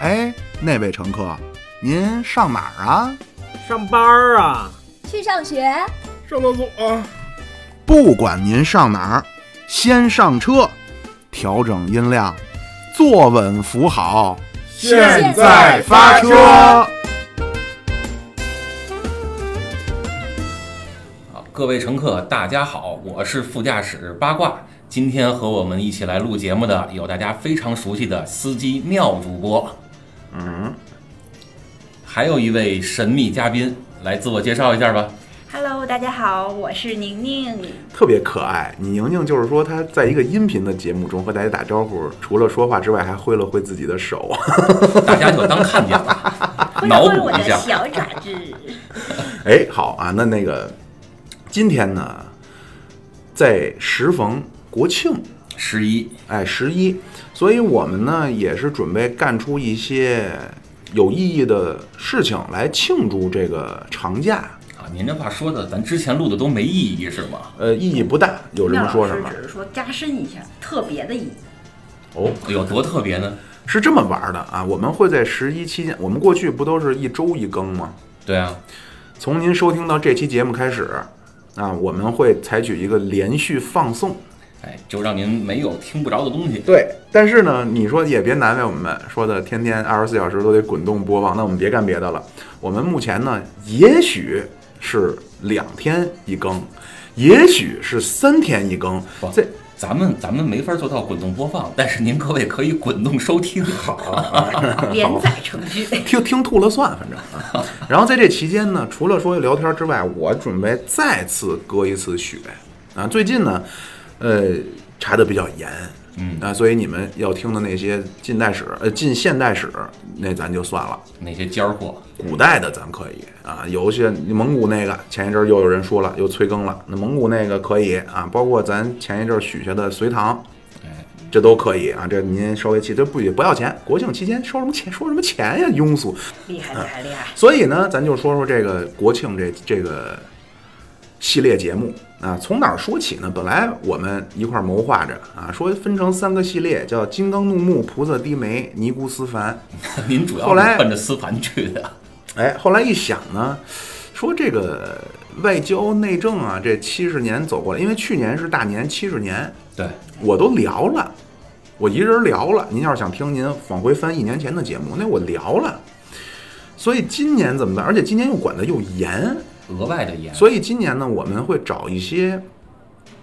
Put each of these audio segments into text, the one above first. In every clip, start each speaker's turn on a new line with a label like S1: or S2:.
S1: 哎
S2: 那位乘客，您上哪儿啊？
S3: 上班儿啊，
S4: 去上学，
S1: 上厕所啊，
S2: 不管您上哪儿，先上车，调整音量，坐稳扶好，
S4: 现在
S2: 发车。
S5: 啊，各位乘客，大家好，我是副驾驶八卦。今天和我们一起来录节目的有大家非常熟悉的司机妙主播，
S1: 嗯，
S5: 还有一位神秘嘉宾，来自我介绍一下吧。
S6: Hello，大家好，我是宁宁。
S1: 特别可爱。你宁宁就是说她在一个音频的节目中和大家打招呼，除了说话之外，还挥了挥自己的手。
S5: 大家就当看见了，
S1: 啊
S6: 挥
S5: 脑
S6: 挥
S5: 补
S6: 我
S5: 一
S6: 的
S5: 下。
S6: 小爪 子，
S1: 哎，好啊，那那个今天呢，在时逢国庆，
S5: 十一，
S1: 哎，十一，所以我们呢也是准备干出一些有意义的事情来庆祝这个长假。
S5: 啊，您这话说的，咱之前录的都没意义是吗？
S1: 呃，意义不大，有什
S6: 妙
S1: 么说什
S6: 老
S1: 么
S6: 师只是说加深一下，特别的意。
S1: 哦。
S5: 有哎多特别呢？
S1: 是这么玩儿的啊，我们会在十一期间，我们过去不都是一周一更吗？
S5: 对啊，
S1: 从您收听到这期节目开始，啊，我们会采取一个连续放送。
S5: 哎，就让您没有听不着的东西。
S1: 对，但是呢，你说也别难为我们，说的天天二十四小时都得滚动播放，那我们别干别的了。我们目前呢，也许是两天一更，也许是三天一更
S5: 不，
S1: 这
S5: 咱们咱们没法做到滚动播放，但是您各位可以滚动收听。
S1: 啊
S6: 啊连载程序，
S1: 听听吐了算，反正啊。然后在这期间呢，除了说聊天之外，我准备再次割一次血啊。最近呢，呃，查的比较严，
S5: 嗯，
S1: 啊，所以你们要听的那些近代史、呃近现代史，那咱就算了。
S5: 那些尖儿货，
S1: 古代的咱可以啊，有一些蒙古那个前一阵儿又有人说了，又催更了。那蒙古那个可以啊，包括咱前一阵儿许下的隋唐，
S5: 哎，
S1: 这都可以啊。这您收一期，这不也不要钱。国庆期间收什么钱？说什么钱呀？庸俗！
S6: 厉害厉害厉害！
S1: 所以呢，咱就说说这个国庆这这个系列节目啊，从哪儿说起呢？本来我们一块儿谋划着啊，说分成三个系列，叫《金刚怒目》《菩萨低眉》《尼姑思凡》。
S5: 您主要
S1: 后来
S5: 是奔着思凡去的。
S1: 哎，后来一想呢，说这个外交内政啊，这七十年走过来，因为去年是大年七十年，
S5: 对，
S1: 我都聊了，我一人聊了。您要是想听，您往回翻一年前的节目，那我聊了。所以今年怎么办？而且今年又管得又严，
S5: 额外的盐，
S1: 所以今年呢，我们会找一些，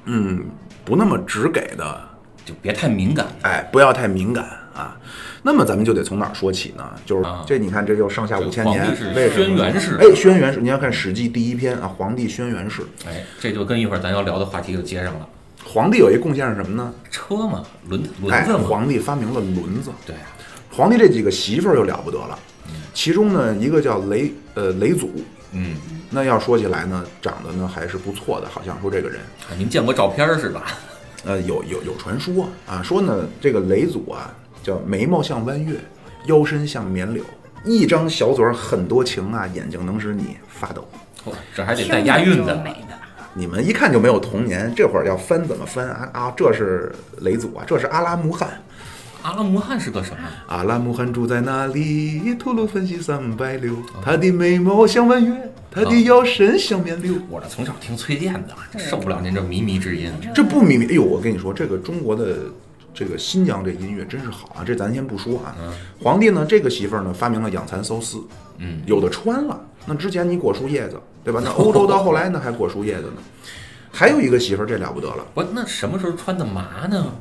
S1: 嗯，不那么直给的，
S5: 就别太敏感了。
S1: 哎，不要太敏感啊。那么咱们就得从哪儿说起呢？就是
S5: 啊
S1: 这，你看这就上下五千
S5: 皇
S1: 年
S5: 帝是，
S1: 为什么
S5: 轩辕氏
S1: 哎，轩辕氏，你要看《史记》第一篇啊，皇帝轩辕氏。
S5: 哎，这就跟一会儿咱要聊的话题就接上了。
S1: 皇帝有一贡献是什么呢？
S5: 车嘛，轮轮
S1: 哎，
S5: 子嘛，
S1: 皇帝发明了轮子。
S5: 对啊，
S1: 皇帝这几个媳妇儿就了不得了，其中呢一个叫雷呃雷祖，
S5: 嗯，
S1: 那要说起来呢，长得呢还是不错的，好像说这个人，
S5: 啊您见过照片儿是吧？
S1: 呃，有有有传说啊，说呢，这个雷祖啊，叫眉毛像弯月，腰身像棉柳，一张小嘴儿很多情啊，眼睛能使你发抖。
S5: 哇这还得
S6: 听
S5: 带押韵
S6: 着就
S5: 的，
S6: 美的，
S1: 你们一看就没有童年，这会儿要翻怎么翻啊啊？这是雷祖啊，这是阿拉木汗，
S5: 阿拉木汗是个什么？
S1: 阿拉木汗住在哪里？吐鲁番西三百六，他的眉毛像弯月，他的腰身像棉柳。
S5: 我这从小听崔健的，这受不了您这靡靡之音。
S1: 这不秘密。哎呦，我跟你说，这个中国的这个新疆这音乐真是好啊！这咱先不说啊。皇帝呢，这个媳妇儿呢，发明了养蚕缫丝，
S5: 嗯，
S1: 有的穿了。那之前你裹树叶子，对吧？那欧洲到后来呢，还裹树叶子呢。还有一个媳妇儿，这了不得了，
S5: 不，那什么时候穿的麻呢？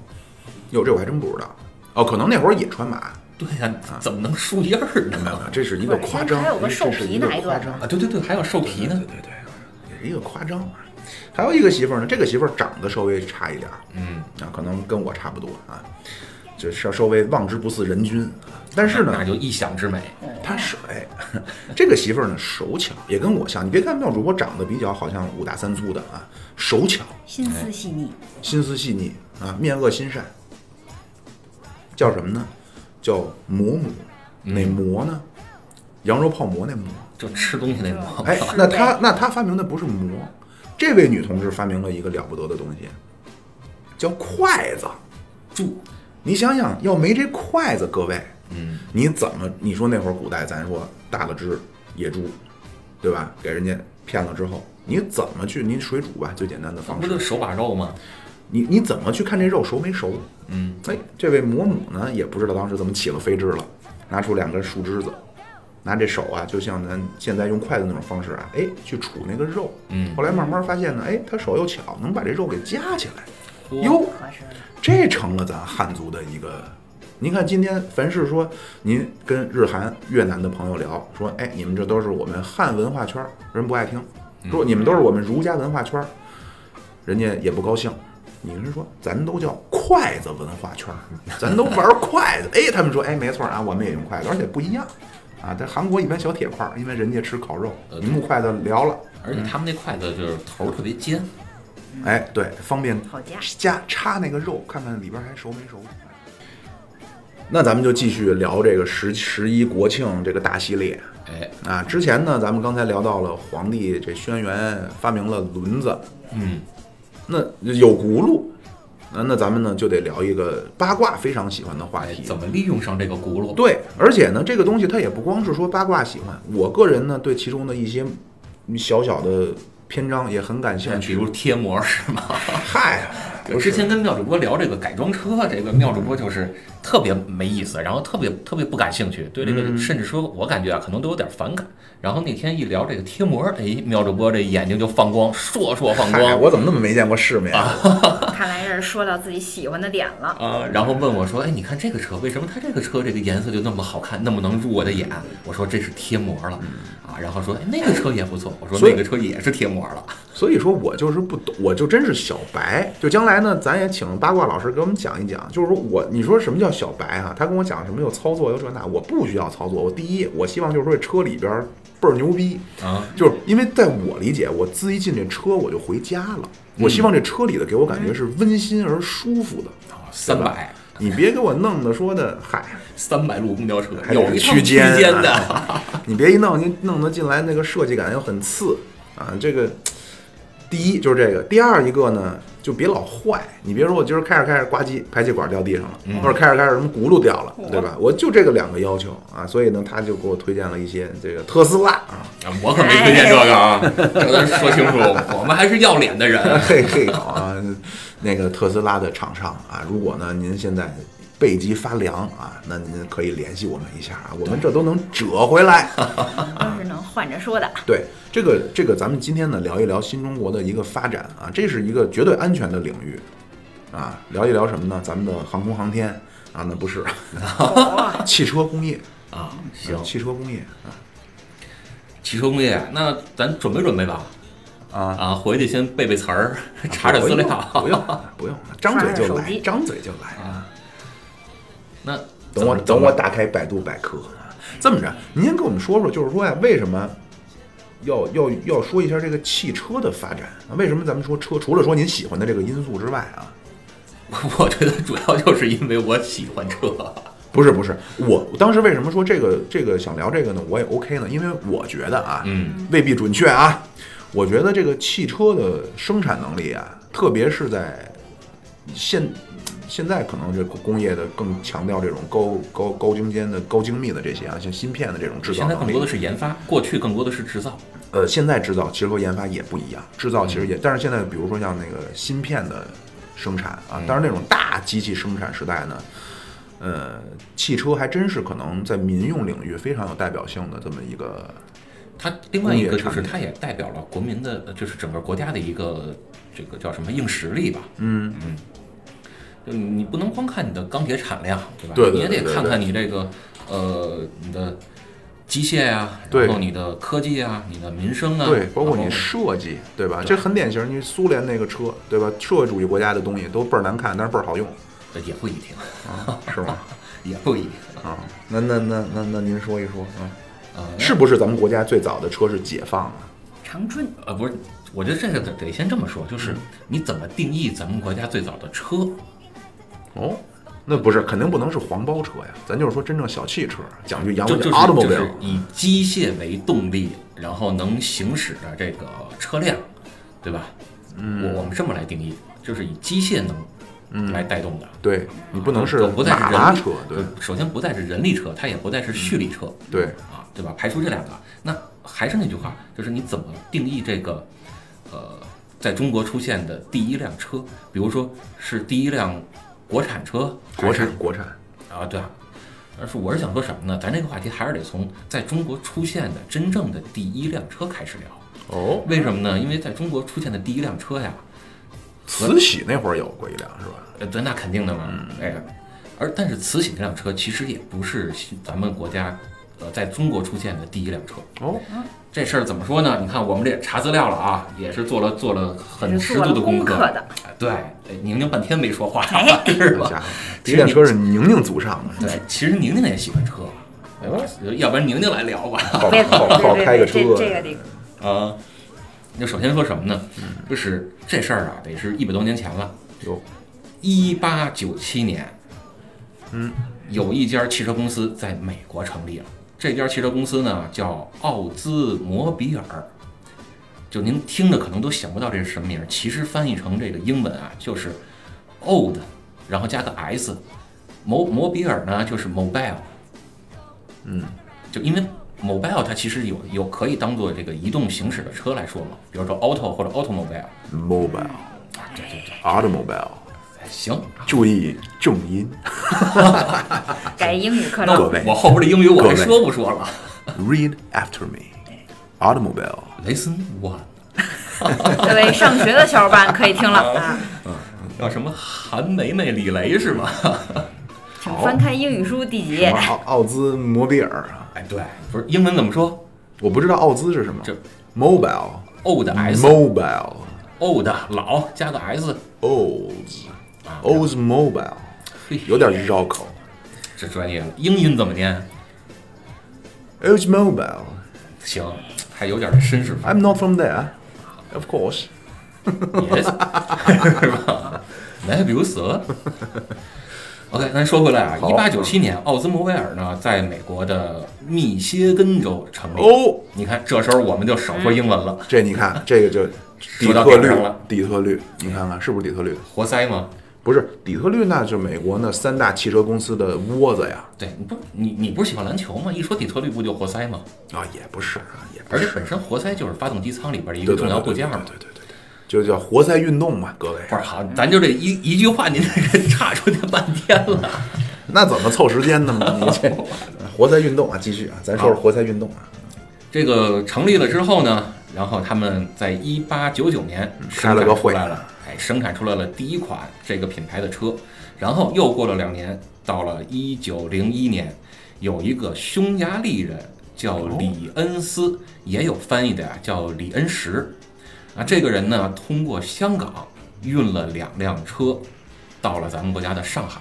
S1: 哟，这我还真不知道。哦，可能那会儿也穿马，
S5: 对呀、怎么能树叶儿
S1: 啊没有没
S5: 呢？
S1: 有，这是一个夸张，哎
S6: 还有个兽
S1: 这是一
S6: 皮
S1: 个
S6: 那一
S1: 夸
S6: 段
S1: 张
S5: 啊，对对对，还有兽皮呢
S1: 对。对对，也是一个夸张啊。还有一个媳妇儿呢，这个媳妇儿长得稍微差一点儿，
S5: 嗯，
S1: 啊，可能跟我差不多啊，这稍稍微望之不似人君啊。但是
S5: 那
S1: 呢，
S5: 就异想之美。
S1: 她是哎， 这个媳妇儿呢手巧，也跟我像。你别看妙主播长得比较好像五大三粗的啊，手巧，
S6: 心思细腻，
S1: 心思细腻啊，面恶心善，叫什么呢？叫嫫母。哪
S5: 嗯
S1: 嫫呢？羊肉泡馍那馍。
S5: 就吃东西那种。
S1: 哎，
S6: 是
S1: 那
S6: 呗
S1: 她那她发明的不是馍，这位女同志发明了一个了不得的东西，叫筷子。
S5: 住
S1: 你想想，要没这筷子，各位，
S5: 嗯，
S1: 你怎么你说那会儿古代咱说大了只野猪，对吧？给人家骗了之后，你怎么去？您水煮吧，最简单的
S5: 那
S1: 方
S5: 不
S1: 式。
S5: 就手把肉吗？
S1: 你你怎么去看这肉熟没熟？
S5: 嗯，
S1: 哎，这位魔母呢，也不知道当时怎么起了飞枝了，拿出两根树枝子，拿这手啊，就像咱现在用筷子那种方式啊，哎，去杵那个肉。
S5: 嗯
S1: 后来慢慢发现呢，哎，他手又巧，能把这肉给夹起来。
S5: 嚯
S1: 哟，
S6: 合适了。
S1: 这成了咱汉族的一个。您看，今天凡是说您跟日韩、越南的朋友聊，说，哎，你们这都是我们汉文化圈儿，人不爱听；说你们都是我们儒家文化圈儿，人家也不高兴。你是说咱都叫筷子文化圈儿，咱都玩筷子？哎，他们说，哎，没错儿啊，我们也用筷子，而且不一样啊。在韩国一般小铁筷儿，因为人家吃烤肉，你木筷子聊了，
S5: 而且他们那筷子就是头儿特别尖，
S1: 哎，对，方便
S6: 好夹
S1: 夹插那个肉，看看里边还熟没熟。那咱们就继续聊这个十十一国庆这个大系列
S5: 哎，
S1: 啊。之前呢，咱们刚才聊到了皇帝这轩辕发明了轮子，
S5: 嗯，
S1: 那有轱辘，那那咱们呢就得聊一个八卦非常喜欢的话
S5: 哎
S1: 题，
S5: 怎么利用上这个轱辘？
S1: 对，而且呢，这个东西它也不光是说八卦喜欢，我个人呢对其中的一些小小的篇章也很感兴
S5: 像比
S1: 趣。
S5: 如贴膜是吗？
S1: 嗨， 不
S5: 我
S1: 是
S5: 之前跟妙主播聊这个改装车，这个妙主播就是特别没意思，然后特别特别不感兴趣，对这
S1: 嗯
S5: 个甚至说我感觉啊，可能都有点反感。然后那天一聊这个贴膜，哎，妙主播这眼睛就放光，烁烁放
S1: 嗨，
S5: 光
S1: 我怎么那么没见过世面？
S6: 看来是说到自己喜欢的点了。
S5: 啊，然后问我说，哎，你看这个车，为什么它这个车这个颜色就那么好看，那么能入我的眼？我说这是贴膜了啊，然后说、哎、那个车也不错，我说
S1: 嗯所以
S5: 那个车也是贴膜了，
S1: 所以说我就是不懂，我就真是小白。就将来呢，咱也请八卦老师给我们讲一讲，就是说我你说什么叫小白哈、他跟我讲什么有操作有这那，我不需要操作。我第一，我希望就是说这车里边儿倍儿牛逼，
S5: 啊，
S1: 就是因为在我理解，我滋一进这车我就回家了。我希望这车里的给我感觉是温馨而舒服的。
S5: 三百
S1: 你别给我弄的说的，嗨，
S5: 三百路公交车
S1: 还得
S5: 有
S1: 是
S5: 一趟
S1: 区间啊
S5: 区间的，
S1: 你别一弄，你弄得进来那个设计感又很次啊。这个第一就是这个，第二一个呢，就别老坏。你别说我今儿开着开着呱唧排气管掉地上了，或者开着开着什么轱辘掉了，对吧？我就这个两个要求啊，所以呢，他就给我推荐了一些这个特斯拉啊，
S5: 啊我可没推荐这个啊，这个说清 楚，我们还是要脸的人。
S1: 嘿嘿好啊，那个特斯拉的厂商啊，如果呢您现在。背脊发凉啊，那您可以联系我们一下啊，我们这都能折回来。
S6: 嗯都是能换着说的。
S1: 对这个这个，咱们今天呢聊一聊新中国的一个发展啊，这是一个绝对安全的领域啊。聊一聊什么呢？咱们的航空航天啊，那不是，
S6: 哦
S1: 汽车工业
S5: 啊，行
S1: 啊，，汽车工业啊
S5: 汽车工业，那咱准备准备吧。
S1: 啊，
S5: 啊，回去先背背词儿， 查查资
S1: 不
S5: 料。
S1: 用不用，张嘴就
S6: 刷刷手
S1: 来，
S6: 机
S1: 张嘴就来啊。
S5: 那
S1: 等我
S5: 怎么
S1: 等我打开百度百科啊，这么着，您先给我们说说，就是说呀，为什么？要要要说一下这个汽车的发展啊，为什么咱们说车？除了说您喜欢的这个因素之外啊，
S5: 我觉得主要就是因为我喜欢车。
S1: 不是不是，我当时为什么说这个这个想聊这个呢？我也 OK 呢，因为我觉得啊，
S5: 嗯，
S1: 未必准确啊，我觉得这个汽车的生产能力啊，特别是在现现在可能这工业的更强调这种高高高精尖的高精密的这些啊，像芯片的这种制
S5: 现
S1: 造
S5: 在
S1: 能
S5: 更多的
S1: 力，
S5: 是研发，过去更多的是制造。
S1: 呃，现在制造其实和研发也不一样，制造其实也，但是现在比如说像那个芯片的生产啊，当然那种大机器生产时代呢，呃，汽车还真是可能在民用领域非常有代表性的这么一个，
S5: 它另外一个就
S1: 工业
S5: 是，
S1: 产
S5: 它也代表了国民的，呃就是整个国家的一个这个叫什么硬实力吧。
S1: 嗯
S5: 就你不能光看你的钢铁产量，对吧？
S1: 对对
S5: 你也
S1: 对
S5: 得
S1: 对
S5: 看
S1: 对
S5: 看你这个呃你的机械啊，
S1: 对
S5: 然后你的科技啊，你的民生啊，
S1: 嗯对，包括
S5: 然
S1: 你
S5: 后
S1: 设计，对吧？这很典型，你苏联那个车，对吧？社会主义国家的东西都倍儿难看，但是倍儿好用，
S5: 呃也不一定，
S1: 啊，是 吗？
S5: 也不一定
S1: 啊，那那那那那您说一说啊，
S5: 啊。那
S1: 是不是咱们国家最早的车是解放啊？
S6: 长春
S5: 呃，不是，我觉得这个得得先这么说，
S1: 嗯
S5: 就是你怎么定义咱们国家最早的车？
S1: 哦，那不是，肯定不能是黄包车呀，咱就是说真正小汽车，讲句洋
S5: 就
S1: 文
S5: 就是
S1: 叫
S5: 就
S1: automobile
S5: 是。以机械为动力，然后能行驶的这个车辆，对吧？嗯，我我们这么来定义，就是以机械能
S1: 嗯
S5: 来带动的。
S1: 对你不能是
S5: 就不再是
S1: 马
S5: 人
S1: 拉
S5: 力
S1: 车，对嗯
S5: 呃首先不再是人力车，它也不再是蓄力车
S1: 对，
S5: 啊，对吧？排除这两个，那还是那句话，就是你怎么定义这个，呃，在中国出现的第一辆车？比如说是第一辆国产车，
S1: 国
S5: 还是
S1: 产国产，
S5: 啊，对啊。但是我是想说什么呢？咱这个话题还是得从在中国出现的真正的第一辆车开始聊。
S1: 哦，
S5: 为什么呢？因为在中国出现的第一辆车呀，
S1: 慈禧那会儿有过一辆是吧？
S5: 呃，对，那肯定的嘛，哎呀，而但是慈禧这辆车其实也不是咱们国家，呃，在中国出现的第一辆车。
S1: 哦，
S5: 这事儿怎么说呢？你看我们这查资料了啊，也是做了做了很
S6: 是
S5: 十
S6: 做
S5: 足
S6: 了
S5: 的
S6: 功
S5: 课
S6: 课的。
S5: 哎对，哎宁宁半天没说话，
S6: 哎
S5: 是
S1: 好
S5: 吧？
S1: 家伙，第一辆车是宁宁祖上的，
S5: 对，其实宁宁也喜欢车，哎要不然宁宁来聊吧。
S1: 好
S6: 别
S1: 好好
S6: 别
S1: 开个
S6: 别
S1: 车
S6: 别，这这个得
S5: 啊，那首先说什么呢？就是这事儿啊，得是一百多年前了。
S1: 哟，
S5: 一八九七年，
S1: 嗯，
S5: 有一家汽车公司在美国成立了。这家汽车公司呢叫奥兹摩比尔，就您听着可能都想不到这是什么名儿，其实翻译成这个英文啊，就是 old，然后加个 s，摩摩比尔呢就是 mobile，
S1: 嗯，
S5: 就因为 mobile 它其实有有可以当做这个移动行驶的车来说嘛，比如说 auto 或者 automobile，
S1: mobile
S5: 对对对，
S1: automobile，
S5: 行，
S1: 注意重音
S6: 改英语课
S5: 那
S6: 了。
S1: 各位
S5: 我后边的英语我
S1: 各
S5: 还
S1: 位
S5: 说不说了
S1: ，read after me，automobile。
S5: ？Listen one，
S6: 各位上学的小伙伴可以听了啊，
S5: 叫什么韩梅梅李雷是吗？
S6: 请翻开英语书第几页
S1: 什么？奥奥兹摩比尔啊，
S5: 哎，对，不是英文怎么说
S1: 我不知道奥兹是什么
S5: 这
S1: ，mobile
S5: ？old s
S1: mobile
S5: old 老加个 s，
S1: olds
S5: 啊
S1: olds mobile，
S5: 嘿，
S1: 有点绕口
S5: 这专业了。英音怎么念？
S1: ，olds mobile，I'm
S5: 行，还有点绅士范
S1: not from there，of course，
S5: ，yes，是 吧？来比如蛇。OK，咱说回来啊，
S1: 好
S5: 一八九七年，奥兹摩威尔呢在美国的密歇根州成立。
S1: 哦，
S5: 你看，这时候我们就少说英文了，
S1: 这你看这个就底
S5: 到
S1: 特
S5: 点
S1: 律
S5: 儿上了
S1: 底特律，你看看是不是底特律？
S5: 活塞吗？
S1: 不是底特律，那就美国那三大汽车公司的窝子呀。
S5: 对，你不，你你不是喜欢篮球吗？一说底特律，不就活塞吗？
S1: 啊，也不是啊，也不
S5: 而且
S1: 是
S5: 本身活塞就是发动机舱里边的一
S1: 对
S5: 个
S1: 对
S5: 重
S1: 对
S5: 要
S1: 对
S5: 部
S1: 对
S5: 件嘛。
S1: 对对对对，就叫活塞运动嘛，各位。
S5: 不是好，咱就这一一句话，您这个岔出去半天了。
S1: 那怎么凑时间呢嘛？你这活塞运动啊，继续啊，咱说说活塞运动啊，
S5: 这个成立了之后呢，然后他们在一八九九年
S1: 嗯开
S5: 生
S1: 了
S5: 产
S1: 个
S5: 出
S1: 会
S5: 来了，哎，生产出来了第一款这个品牌的车。然后又过了两年，到了一九零一年，有一个匈牙利人叫
S1: 哦
S5: 李恩斯，也有翻译的啊，叫李恩石。啊，这个人呢，通过香港运了两辆车，到了咱们国家的上海。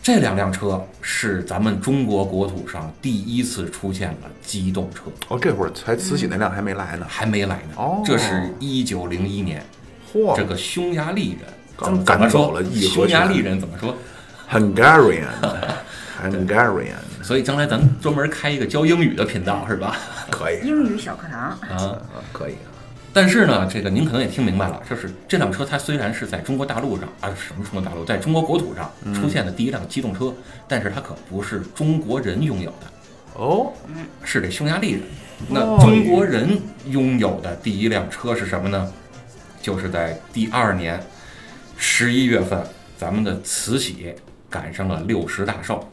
S5: 这两辆车是咱们中国国土上第一次出现了机动车，
S1: 哦，这会儿才慈禧那辆还没来呢。
S5: 还没来呢。
S1: 哦
S5: 这是一九零一年，
S1: 嚯
S5: 这个匈牙利人
S1: 刚
S5: 怎么怎么
S1: 赶走
S5: 说
S1: 了义和
S5: 匈牙
S1: 拳
S5: 利人怎么说？
S1: ，Hungarian，Hungarian，
S5: 所以将来咱们专门开一个教英语的频道 是吧？
S1: 可以
S6: 英语小课堂，
S5: 啊，
S1: 啊，可以啊。
S5: 但是呢，这个您可能也听明白了，就是这辆车它虽然是在中国大陆上啊，什么中国大陆，在中国国土上出现的第一辆机动车，但是它可不是中国人拥有的，
S1: 哦，
S5: 是这匈牙利人。那
S1: 哦
S5: 中国人拥有的第一辆车是什么呢？就是在第二年十一月份，咱们的慈禧赶上了六十大寿。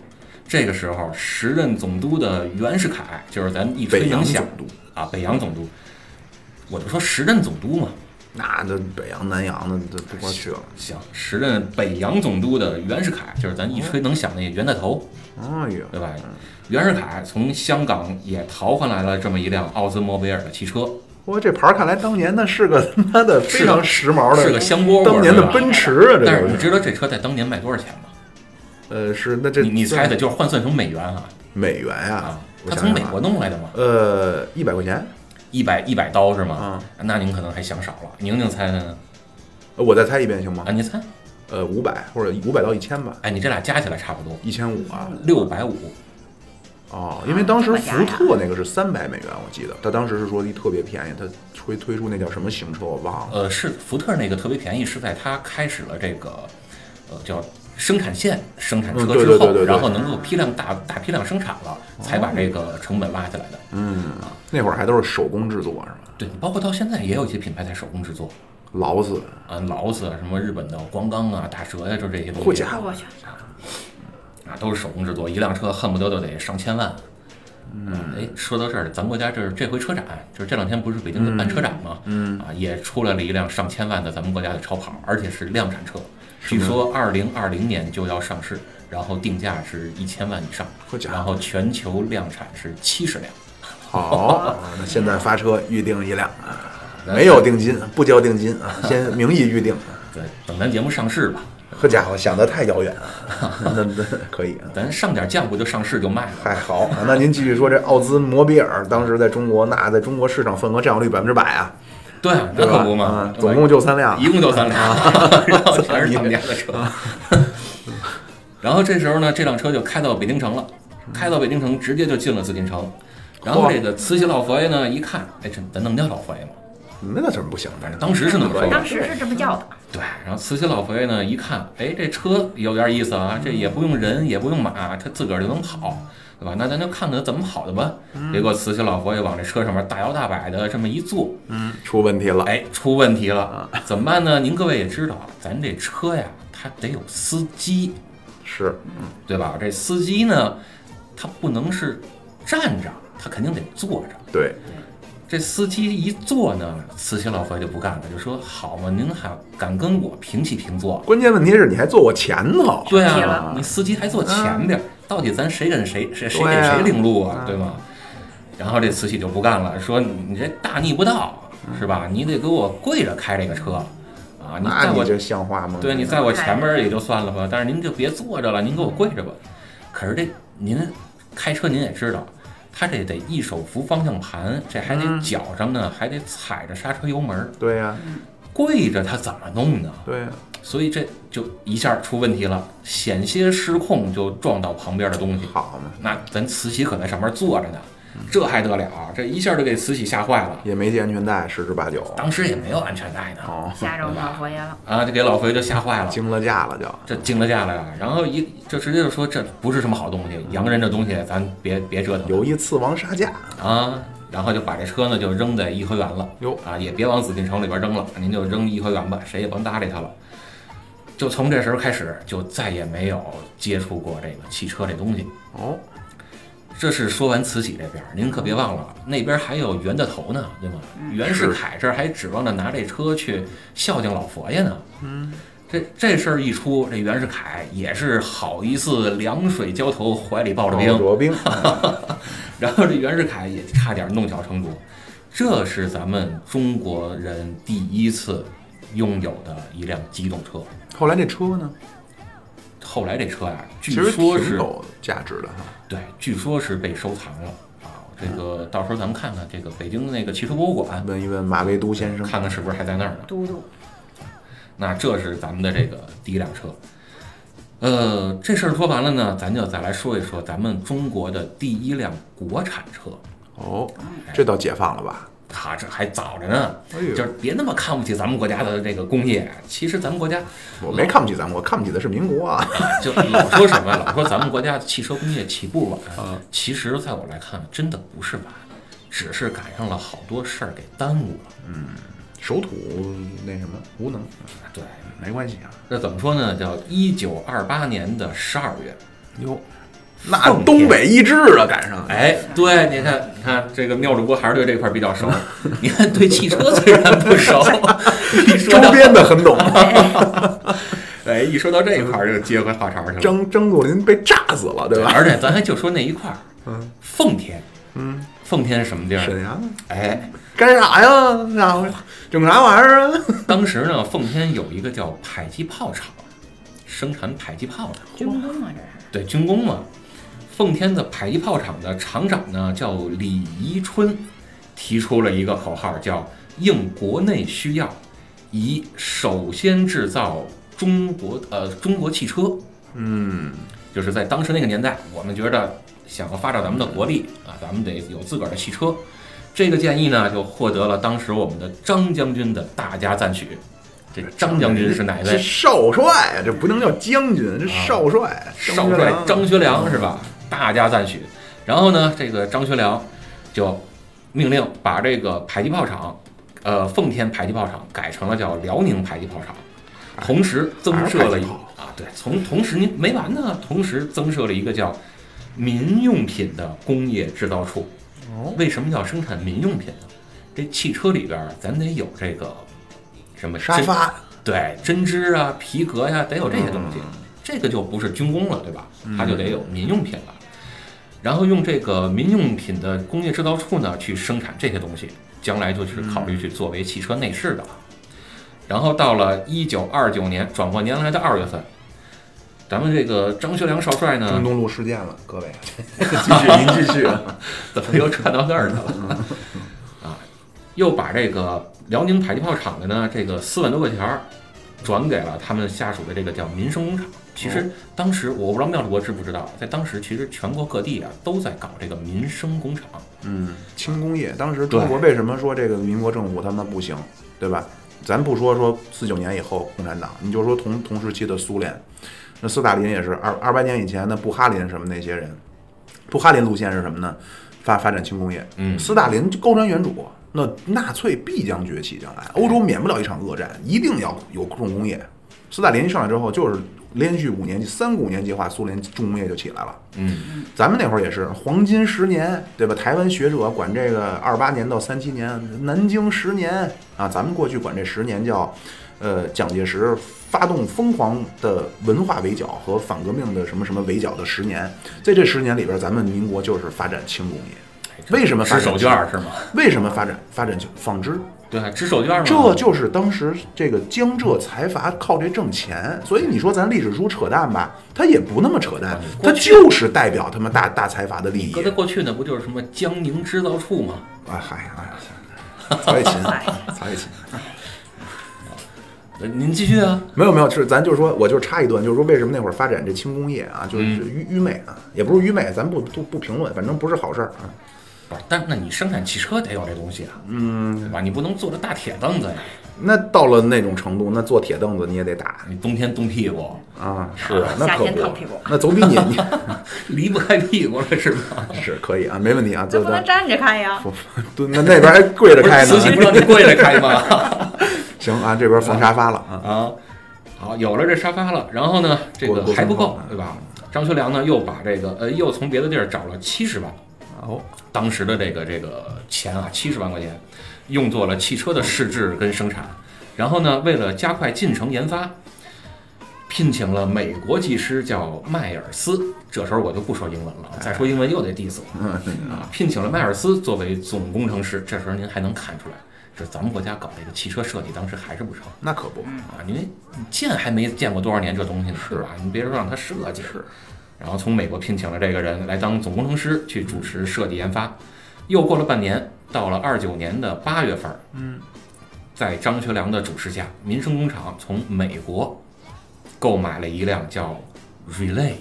S5: 这个时候，时任总督的袁世凯，就是咱一吹
S1: 北洋
S5: 能响
S1: 总督，
S5: 啊，北洋总督，我就说时任总督嘛，
S1: 那这北洋南洋的这不光去了。
S5: 行，时任北洋总督的袁世凯，就是咱一吹能响那袁大头，
S1: 哎呦，
S5: 对吧？袁世凯从香港也淘换来了这么一辆奥兹摩比尔的汽车，
S1: 我这牌儿看来当年那是个他妈的非
S5: 是
S1: 常
S5: 个
S1: 时髦的，
S5: 是个香饽饽
S1: 当年
S5: 是
S1: 的
S5: 吧
S1: 奔驰啊，这
S5: 但
S1: 都
S5: 是你
S1: 是。
S5: 知道这车在当年卖多少钱吗？
S1: 呃，是那这
S5: 你你
S1: 算
S5: 猜的就是换算成美元啊
S1: 美元啊
S5: 啊，，
S1: 我
S5: 他
S1: 想想
S5: 从美
S1: 啊
S5: 国弄来的嘛，
S1: 呃一百块钱，
S5: 一百一百刀是
S1: 嗯
S5: 吗？那您可能还想少了。宁宁猜的呢？
S1: 呃我再猜一遍行吗
S5: 啊，？你猜？
S1: 呃，五百或者五百到一千吧，
S5: 哎，你这俩加起来差不多
S1: 一千五啊，
S5: 六百五，
S1: 啊、哦，因为当时
S6: 这么啊
S1: 福
S6: 点儿呀
S1: 特那个是三百美元，我记得，他当时是说一特别便宜，他推推出那叫什么型车我忘了。
S5: 呃，是福特那个特别便宜，是在它开始了这个呃叫生产线生产车
S1: 嗯对
S5: 之
S1: 对对
S5: 后，
S1: 对对哦
S5: 然后能够批量大大批量生产了，才把这个成本拉下来的。
S1: 嗯，那会儿还都是手工制作是吧？
S5: 对，包括到现在也有一些品牌在手工制作
S1: 劳斯，
S5: 啊，劳斯啊，什么日本的光钢啊、大蛇呀、就这些东
S1: 好
S5: 西
S1: 家伙
S5: 啊，
S6: 我去，
S5: 都是手工制作，一辆车恨不得都得上千万。嗯，哎，说到这儿，咱国家这这回车展，就是这两天不是北京在办车展吗？嗯，啊，也出来了一辆上千万的咱们国家的超跑，而且是量产车，据说二零二零年就要上市，然后定价是一千万以上
S1: 好，家伙
S5: 然后全球量产是七十辆。
S1: 好， 啊那现在发车预定一辆，啊没有定金，不交定金啊，先名义预 定。
S5: 对，等咱节目上市吧，
S1: 好家伙，想得太遥远啊！那那可以啊，
S5: 咱上点酱不就上市就卖了？
S1: 还好。那您继续说，这奥兹摩比尔当时在中国，那在中国市场份额占有率百分之百啊，
S5: 对啊，
S1: 对
S5: 那
S1: 吧？
S5: 可不嘛
S1: 啊，总共就三辆
S5: 一，共就三辆， 然后全是他们家的车。 然后这时候呢，这辆车就开到北京城了，开到北京城直接就进了紫禁城。然后这个慈禧老佛爷呢一看，哎，这咱能叫老佛爷吗？
S1: 那怎么不行？反正
S5: 当时是那么说
S6: 当
S5: 的。
S6: 时是这么叫的，
S5: 对，然后慈禧老佛爷呢一看，哎，这车有点意思啊，这也不用人，也不用马，它自个儿就能跑，对吧？那咱就看看怎么跑的吧。结果慈禧老佛爷往这车上面大摇大摆的这么一坐，
S1: 出问题了。
S5: 哎，出问题了，怎么办呢？您各位也知道，咱这车呀，它得有司机，
S1: 是，
S5: 对吧？这司机呢，他不能是站着，他肯定得坐着。
S1: 对，
S5: 这司机一坐呢，慈禧老佛爷就不干了，就说：“好嘛，您还敢跟我平起平坐？
S1: 关键问题是你还坐我前头。
S5: 对
S6: 是
S5: 啊
S6: 了，
S5: 你司机还坐前边儿，到底咱谁跟谁谁
S1: 嗯
S5: 谁
S1: 对
S5: 给
S1: 啊
S5: 谁领路啊，对吗？然后这慈禧就不干了，说你这大逆不道
S1: 嗯
S5: 是吧？你得给我跪着开这个车啊！你在
S1: 那
S5: 我
S1: 你这像话吗？
S5: 对你在我前面也就算了吧，但是您就别坐着了，您给我跪着吧。可是这您开车您也知道，他这得一手扶方向盘，这还得脚上呢，还得踩着刹车油门儿，
S1: 对呀，
S5: 跪着他怎么弄呢？
S1: 对呀，
S5: 所以这就一下出问题了，险些失控就撞到旁边的东西。
S1: 好嘛，
S5: 那咱慈禧可在上面坐着呢，这还得了？啊这一下就给慈禧吓坏了。
S1: 也没系安全带，十之八九。
S5: 当时也没有安全带呢，
S1: 哦，
S6: 吓着老佛爷了。
S5: 啊，就给老佛爷就吓坏了。
S1: 惊了架了就。
S5: 这惊了架了呀，然后一就直接就说这不是什么好东西，洋人这东西咱别别折腾了
S1: 有一次王杀驾，
S5: 啊，然后就把这车呢就扔在颐和园了，
S1: 哟
S5: 啊也别往紫禁城里边扔了，您就扔颐和园吧，谁也甭搭理他了。就从这时候开始，就再也没有接触过这个汽车这东西。
S1: 哦，
S5: 这是说完慈禧这边儿，您可别忘了，那边还有袁大头呢，对吗？
S1: 嗯
S5: 袁世凯这儿还指望着拿这车去孝敬老佛爷呢。嗯，这这事儿一出，这袁世凯也是好一次凉水浇头，怀里抱着
S1: 老
S5: 冰。
S1: 卓 兵，
S5: 然后这袁世凯也差点弄巧成拙。这是咱们中国人第一次拥有的一辆机动车。
S1: 后来这车呢，
S5: 后来这车呀、啊据
S1: 其实
S5: 说
S1: 挺
S5: 是
S1: 有价值的哈。
S5: 对，据说是被收藏了啊。这个到时候咱们看看这个北京那个汽车博物馆，
S1: 问一问马未都先生，
S5: 看看是不是还在那儿呢。
S6: 嘟嘟，
S5: 那这是咱们的这个第一辆车。呃，这事儿说完了呢，咱就再来说一说咱们中国的第一辆国产车。
S1: 哦，这到解放了吧？
S5: 它这还早着呢，
S1: 哎呦
S5: 就是别那么看不起咱们国家的这个工业。其实咱们国家
S1: 我没看不起咱们，我看不起的是民国啊。
S5: 就老说什么呀，老说咱们国家汽车工业起步晚，
S1: 啊
S5: 其实在我来看，真的不是晚，只是赶上了好多事儿给耽误了。
S1: 守土那什么无能，
S5: 对，
S1: 没关系啊。
S5: 那怎么说呢？叫一九二八年的十二月，
S1: 哟，那东北一支啊，赶上。
S5: 哎，对，你看，你看这个妙主播还是对这块儿比较 熟。你看，对汽车虽然不熟，一
S1: 周
S5: 说到
S1: 边的很懂，
S5: 哎，一说到这一块儿就接回话茬儿去了。
S1: 张张作霖被炸死了，对吧？
S5: 嗯而且咱还就说那一块儿，
S1: 嗯，
S5: 奉天，
S1: 嗯，
S5: 奉天是什么地儿？
S1: 沈阳
S5: 哎，
S1: 干啥呀？家伙，整啥玩意儿啊？
S5: 当时呢，奉天有一个叫迫击炮厂，生产迫击炮的，
S6: 军工啊，这是
S5: 对，军工嘛。奉天的迫击炮厂的厂长呢叫李宜春，提出了一个口号，叫“应国内需要，以首先制造中国呃中国汽车”。
S1: 嗯，
S5: 就是在当时那个年代，我们觉得想要发展咱们的国力啊，咱们得有自个儿的汽车。这个建议呢，就获得了当时我们的张将军的大加赞许。这张将军是哪一
S1: 这
S5: 位？
S1: 少帅，啊这不能叫将军，这少帅，
S5: 少帅张学良是吧？大加赞许。然后呢，这个张学良就命令把这个迫击炮厂，呃，奉天迫击炮厂改成了叫辽宁迫击炮厂，同时增设
S1: 还是迫
S5: 了一
S1: 击炮
S5: 啊，对，从同时您没完呢，同时增设了一个叫民用品的工业制造处。
S1: 哦
S5: 为什么要生产民用品呢？这汽车里边儿咱得有这个什么
S1: 沙
S5: 针
S1: 发，
S5: 对，针织啊、皮革呀、得有这些东西。这个就不是军工了，对吧？它就得有民用品了。然后用这个民用品的工业制造处呢，去生产这些东西，将来就是考虑去作为汽车内饰的了。然后到了一九二九年转过年来的二月份，咱们这个张学良少帅呢，
S1: 中东路事件了，各位，继续您继续，
S5: 怎么又串到那儿去了？ 啊，又把这个辽宁迫击炮厂的呢这个四万多块钱儿转给了他们下属的这个叫民生工厂。其实当时我不知道妙主播知不知道，在当时其实全国各地啊都在搞这个民生工厂，
S1: 嗯，轻工业，当时中国为什么说这个民国政府他妈不行，对吧？咱不说说四九年以后共产党，你就说同同时期的苏联，那斯大林也是二二百年以前的布哈林什么那些人，布哈林路线是什么呢？发发展轻工业，
S5: 嗯
S1: 斯大林高瞻远瞩，那纳粹必将崛起，将来欧洲免不了一场恶战，一定要有重工业。斯大林一上来之后，就是连续五年三个五年计划，苏联重工业就起来了。
S5: 嗯，
S1: 咱们那会儿也是黄金十年，对吧？台湾学者管这个二八年到三七年，南京十年啊，咱们过去管这十年叫，呃，蒋介石发动疯狂的文化围剿和反革命的什么什么围剿的十年，在这十年里边，咱们民国就是发展轻工业，为什么发
S5: 织
S1: 展
S5: 手绢儿是吗？
S1: 为什么发展发展轻纺织？
S5: 对，织手绢儿嘛，
S1: 这就是当时这个江浙财阀靠这挣钱，所以你说咱历史书扯淡吧，它也不那么扯
S5: 嗯
S1: 淡，它就是代表他们大大财阀的利益。
S5: 搁在过去呢不就是什么江宁织造处吗？
S1: 啊嗨哎 呀，曹雪芹，
S5: 哎
S1: 曹雪芹，
S5: 呃您继续啊，
S1: 没有没有，是咱就是说，我就是插一段，就是说为什么那会儿发展这轻工业啊，就是
S5: 嗯
S1: 愚愚昧啊，也不是愚昧，咱不不不评论，反正不是好事儿啊。
S5: 不是，但是那你生产汽车得有这东西啊，嗯，对吧？你不能坐着大铁凳子呀，
S1: 那到了那种程度，那坐铁凳子你也得打
S5: 你冬天冻屁股，
S1: 啊，是啊，那
S6: 夏
S1: 可
S6: 天烫
S1: 不
S6: 屁股，
S1: 那总比你 你
S5: 离不开屁股了是吗？
S1: 是可以啊，没问题 啊，
S6: 这
S1: 坐
S6: 不能站着看呀。
S1: 不蹲那那边还跪着
S5: 不
S1: 开
S5: 是慈禧不
S1: 呢，
S5: 让你跪着开吗？
S1: 行啊，这边放沙发了啊，
S5: 啊，好，有了这沙发了，然后呢，这
S1: 过
S5: 个
S1: 过
S5: 还不
S1: 生
S5: 够
S1: 活，
S5: 对吧？张学良呢又把这个呃又从别的地儿找了七十万，
S1: 哦，
S5: 当时的这个这个钱啊，七十万块钱，用作了汽车的试制跟生产。然后呢，为了加快进程研发，聘请了美国技师叫迈尔斯。这时候我就不说英文了，啊再说英文又得 diss 我
S1: 嗯
S5: 啊！聘请了迈尔斯作为总工程师。这时候您还能看出来，这咱们国家搞这个汽车设计当时还是不成。
S1: 那可不，
S5: 啊，因为你见还没见过多少年这东西呢，是吧？你别说让他设计，然后从美国聘请了这个人来当总工程师，去主持设计研发。又过了半年，到了二九年的八月份，嗯，在张学良的主持下，民生工厂从美国购买了一辆叫 Relay，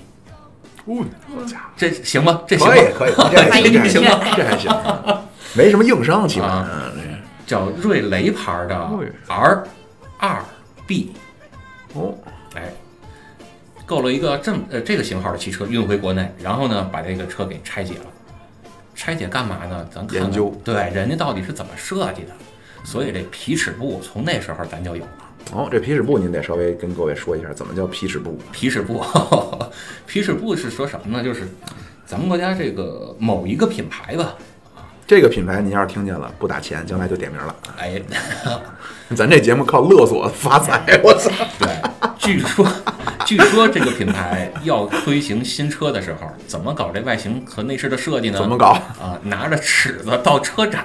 S1: 哦，好家伙，
S5: 这行吗？这行
S1: 可
S5: 吗？
S1: 以可以，这还行，这还行
S6: 还，
S1: 这还行，啊没什么硬伤，起码
S5: 啊叫瑞雷牌儿的 R 二 B，
S1: 哦，
S5: 哎，购了一个这么呃这个型号的汽车运回国内，然后呢把这个车给拆解了，拆解干嘛呢？咱看看
S1: 研究
S5: 对人家到底是怎么设计的，所以这皮尺布从那时候咱就有了。
S1: 哦，这皮尺布您得稍微跟各位说一下，怎么叫皮尺布？
S5: 皮尺布， 皮尺布是说什么呢？就是咱们国家这个某一个品牌吧，
S1: 这个品牌您要是听见了不打钱，将来就点名了。
S5: 哎，
S1: 咱这节目靠勒索发财， 我操！
S5: 对，据说据说这个品牌要推行新车的时候，怎么搞这外形和内饰的设计呢？
S1: 怎么搞？
S5: 啊，拿着尺子到车展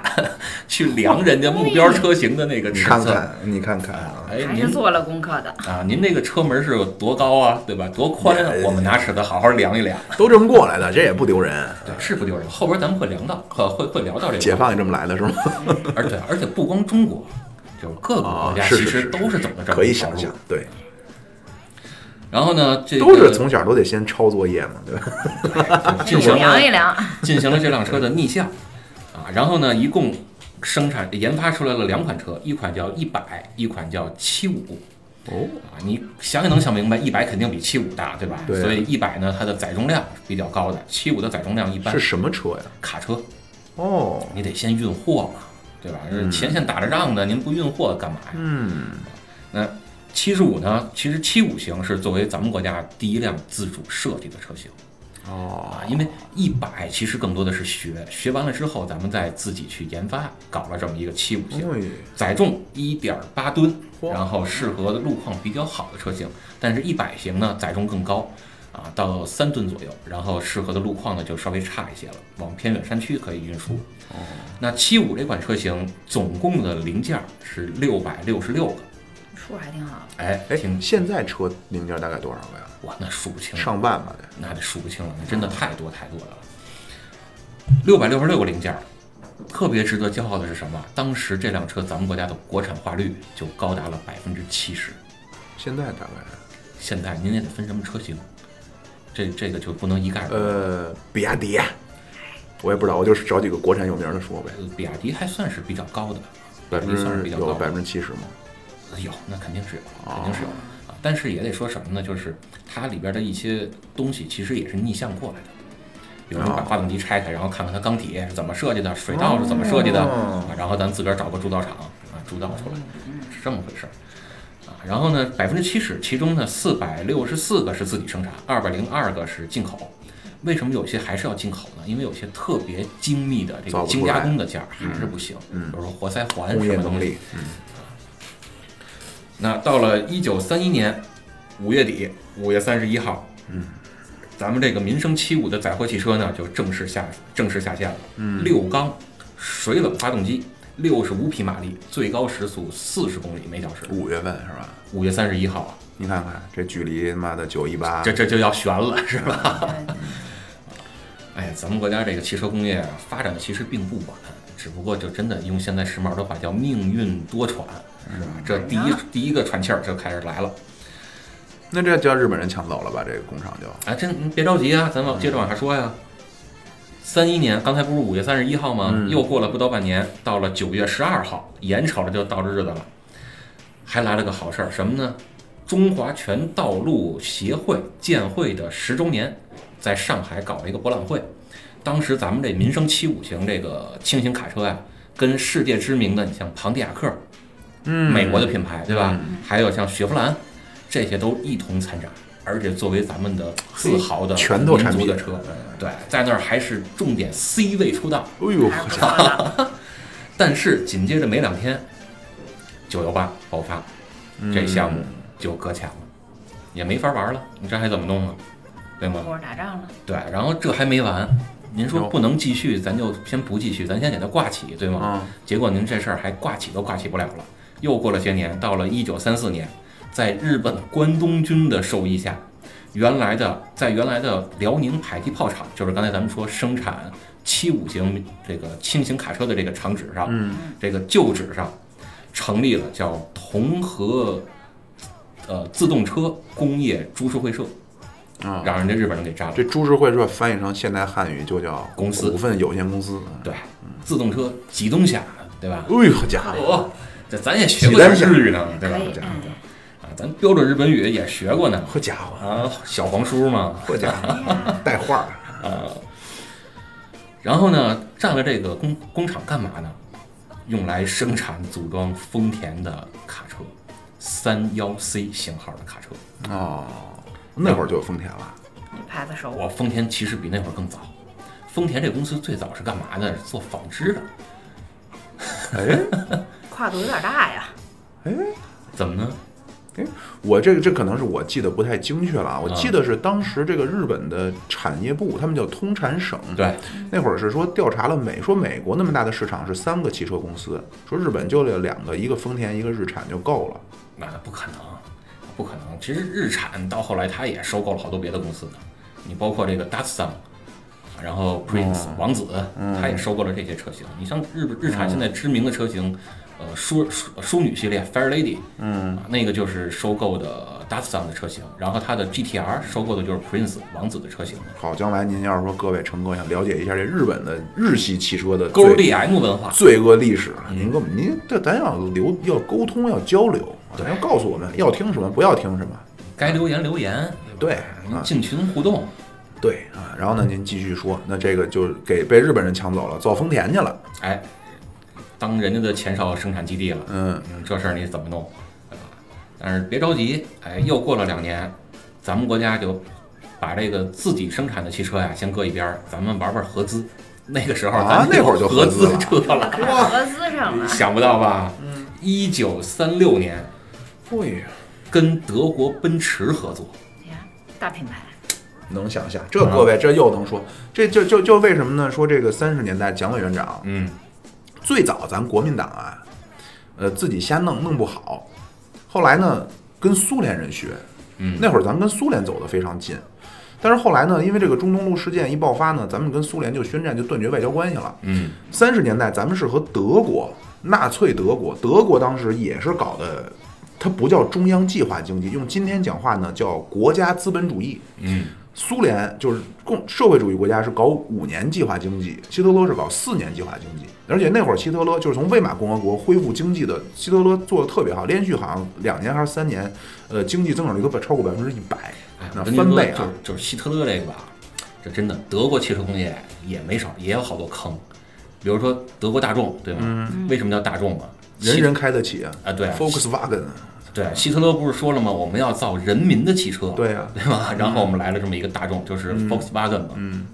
S5: 去量人家目标车型的那个
S1: 你
S5: 尺
S1: 看
S5: 寸。
S1: 看，你看看啊，
S5: 哎，
S6: 还是
S5: 您
S6: 做了功课的，
S5: 啊，您那个车门是有多高啊？对吧？多宽啊？
S1: 哎
S5: 我们拿尺子好好量一量。
S1: 都这么过来的，这也不丢人。
S5: 对，是不丢人。后边咱们会聊到，呃，会会聊到这个。
S1: 解放也这么来的是吗？
S5: 而对，而且不光中国，就是各个国
S1: 啊，
S5: 家
S1: 是
S5: 其
S1: 是
S5: 实
S1: 是，
S5: 都是走的这么一条路
S1: 可以想象，对，
S5: 然后呢，这个
S1: 都是从小都得先抄作业嘛，对吧？
S5: 进行
S6: 我量
S5: 了
S6: 一量，
S5: 进行了这辆车的逆向啊，然后呢，一共生产研发出来了两款车，一款叫一百，一款叫七五。
S1: 哦，
S5: 啊，你想也能想明白，一百肯定比七五大，对吧？
S1: 对啊
S5: 所以一百呢，它的载重量是比较高的，七五的载重量一般
S1: 是什么车呀？
S5: 卡车，
S1: 哦，
S5: 你得先运货嘛，对吧？
S1: 嗯
S5: 前线打着仗呢，您不运货干嘛呀？
S1: 嗯，
S5: 七十五呢，其实七五型是作为咱们国家第一辆自主设计的车型
S1: 哦
S5: 啊，因为一百其实更多的是学，学完了之后咱们再自己去研发，搞了这么一个七五型。
S1: 哎
S5: 载重一点八吨，
S1: 嚯
S5: 然后适合路况比较好的车型。但是，一百型呢载重更高，啊，到三吨左右，然后适合的路况呢就稍微差一些了，往偏远山区可以运输。哦，那七五这款车型总共的零件是六百六十六个，
S6: 数还挺好。
S5: 哎，
S1: 哎
S5: 挺，
S1: 现在车零件大概多少个呀？
S5: 哇，那数不清了，
S1: 上万吧得。
S5: 那得数不清了，那真的太多太多了。六百六十六个零件儿，特别值得骄傲的是什么？当时这辆车咱们国家的国产化率就高达了百分之七十。
S1: 现在大概是
S5: 现在您也得分什么车型，这这个就不能一概而论。
S1: 呃，比亚迪，我也不知道，我就是找几个国产有名的说呗。
S5: 呃，比亚迪还算是比较高的，
S1: 百分
S5: 比亚迪算
S1: 之
S5: 是比较
S1: 有
S5: 高
S1: 百
S5: 的
S1: 分之哦七十吗？
S5: 有，那肯定是有，肯定是有的、啊。但是也得说什么呢？就是它里边的一些东西其实也是逆向过来的。比如说把
S1: 哦
S5: 发动机拆开，然后看看它缸体是怎么设计的，水道是怎么设计的，
S1: 哦
S5: 啊然后咱自个儿找个铸造厂啊铸造出来，是这么回事儿。啊，然后呢，百分之七十，其中呢四百六十四个是自己生产，二百零二个是进口。为什么有些还是要进口呢？因为有些特别精密的这
S1: 造
S5: 个
S1: 不出
S5: 精
S1: 来
S5: 加工的件儿还是不行，
S1: 嗯
S5: 比如说活塞环
S1: 工
S5: 什
S1: 业
S5: 么东
S1: 能
S5: 西
S1: 力，嗯，
S5: 那到了一九三一年五月底，五月三十一号，嗯，咱们这个民生七五的载货汽车呢，就正式下正式下线了。嗯，六缸水冷发动机，六十五匹马力，最高时速四十公里每小时。
S1: 五月份是吧？
S5: 五月三十一号啊，
S1: 你看看这距离他妈的九一八
S5: 这，这就要悬了，是吧？
S6: 对
S5: 哎呀，咱们国家这个汽车工业啊，发展的其实并不晚，只不过就真的用现在时髦的话叫命运多舛，是吧？这第一第一个喘气儿就开始来了。
S1: 那这叫日本人抢走了吧？这个工厂就
S5: 啊，这您别着急啊，咱们接着往下说呀。三一年，刚才不是五月三十一号吗？又过了不到半年，到了九月十二号，眼瞅着就到这日子了，还来了个好事儿，什么呢？中华全道路协会建会的十周年，在上海搞了一个博览会。当时咱们这民生七五型这个轻型卡车呀、跟世界知名的，你像庞蒂亚克，
S1: 嗯
S5: 美国的品牌，对吧？还有像雪佛兰，这些都一同参展，而且作为咱们的自豪的
S1: 拳头产品
S5: 民族的车，嗯对，在那儿还是重点 C 位出道。
S1: 哎呦，
S6: 还是不错的。
S5: 但是紧接着没两天，九幺八爆发，这项目就搁浅了，也没法玩了，你这还怎么弄啊？对吗？
S6: 我是打仗了，
S5: 对，然后这还没完，您说
S1: 哟
S5: 不能继续，咱就先不继续，咱先给它挂起，对吗？
S1: 嗯
S5: 结果您这事儿还挂起都挂起不了了。又过了些年，到了一九三四年，在日本关东军的授意下，原来的在原来的辽宁迫击炮厂，就是刚才咱们说生产七五型这个轻型卡车的这个厂址上，
S1: 嗯
S5: 这个旧址上，成立了叫同和呃自动车工业株式会社，
S1: 啊，
S5: 让人家日本人给占了。
S1: 这株式会社翻译成现代汉语就叫
S5: 公司
S1: 股份有限公司。
S5: 对，自动车启动下，啊对吧？
S1: 哎呦，好家伙，
S5: 哦，这咱也学过点日语呢，对吧
S6: 可？以
S5: 这，
S6: 嗯
S5: 啊，咱标准日本语也学过呢。
S1: 好家伙，
S5: 啊，小黄书嘛，
S1: 好家伙，带话儿，
S5: 然后呢，占了这个工工厂干嘛呢？用来生产组装丰田的卡车，三幺 C 型号的卡车。
S1: 哦，那会儿就有丰田了。
S6: 你牌子熟，
S5: 我丰田其实比那会儿更早。丰田这公司最早是干嘛的？是做纺织的。
S1: 哎
S6: 跨度有点大呀。
S1: 哎
S5: 怎么呢？
S1: 哎，我这个这可能是我记得不太精确了啊。我记得是当时这个日本的产业部，他们叫通产省，
S5: 对，
S1: 那会儿是说调查了美，说美国那么大的市场是三个汽车公司，说日本就这两个，一个丰田，一个日产就够了。
S5: 那不可能，不可能。其实日产到后来，它也收购了好多别的公司呢，你包括这个 Datsun，
S1: 嗯
S5: 然
S1: 嗯
S5: 后 Prince、王子，它也收购了这些车型。你像日日产现在知名的车型，呃淑淑淑女系列 Fair Lady，啊
S1: 嗯，
S5: 那个就是收购的 Datsun 的车型，然后它的 GTR 收购的就是 Prince 王子的车型。
S1: 好，将来您要是说各位乘客想了解一下这日本的日系汽车的
S5: 勾
S1: 罪
S5: DM 文化，
S1: 罪恶历史，啊您跟我们，您这咱要留要沟通要交流，啊咱要告诉我们要听什么，不要听什么，
S5: 该留言留言，
S1: 对
S5: 您
S1: 啊，
S5: 进群互动，
S1: 对啊，然后呢，您继续说，那这个就给被日本人抢走了，造丰田去了，
S5: 哎，当人家的前哨生产基地了，
S1: 嗯，
S5: 嗯这事儿你怎么弄？对吧但是别着急，哎，又过了两年，咱们国家就把这个自己生产的汽车呀先搁一边儿，咱们玩玩合资。那个时候，
S1: 啊
S5: 咱们
S1: 那会儿就
S5: 合
S1: 合资
S5: 资
S1: 了嗯
S5: 车了，
S6: 合资上了，
S5: 想不到吧？一九三六年
S1: 对呀，
S5: 跟德国奔驰合作，
S6: 哎呀大品牌，
S1: 能想象，这各位这又能说，这就就就为什么呢？说这个三十年代蒋委员长
S5: 嗯，
S1: 最早咱国民党啊，呃，自己瞎弄弄不好，后来呢跟苏联人学，
S5: 嗯
S1: 那会儿咱们跟苏联走得非常近，但是后来呢，因为这个中东路事件一爆发呢，咱们跟苏联就宣战，就断绝外交关系了。
S5: 嗯，
S1: 三十年代咱们是和德国、纳粹德国，德国当时也是搞的，它不叫中央计划经济，用今天讲话呢叫国家资本主义。
S5: 嗯，
S1: 苏联就是共社会主义国家是搞五年计划经济，希特勒是搞四年计划经济，而且那会儿希特勒就是从魏玛共和国恢复经济的，希特勒做的特别好，连续好像两年还是三年，呃，经济增长率都超过百分之一百
S5: 哎，，
S1: 那
S5: 我跟您
S1: 翻
S5: 说，
S1: 倍
S5: 就
S1: 啊
S5: 是！就是希特勒这个吧，这真的德国汽车工业也没少，也有好多坑，比如说德国大众，对吧？为什么叫大众啊？
S1: 嗯人人开得起啊
S5: 啊，对啊
S1: Volkswagen，
S5: 对，希特勒不是说了吗？我们要造人民的汽车，
S1: 对啊
S5: 对吧？然后我们来了这么一个大众，就是 Volkswagen 嘛。
S1: 嗯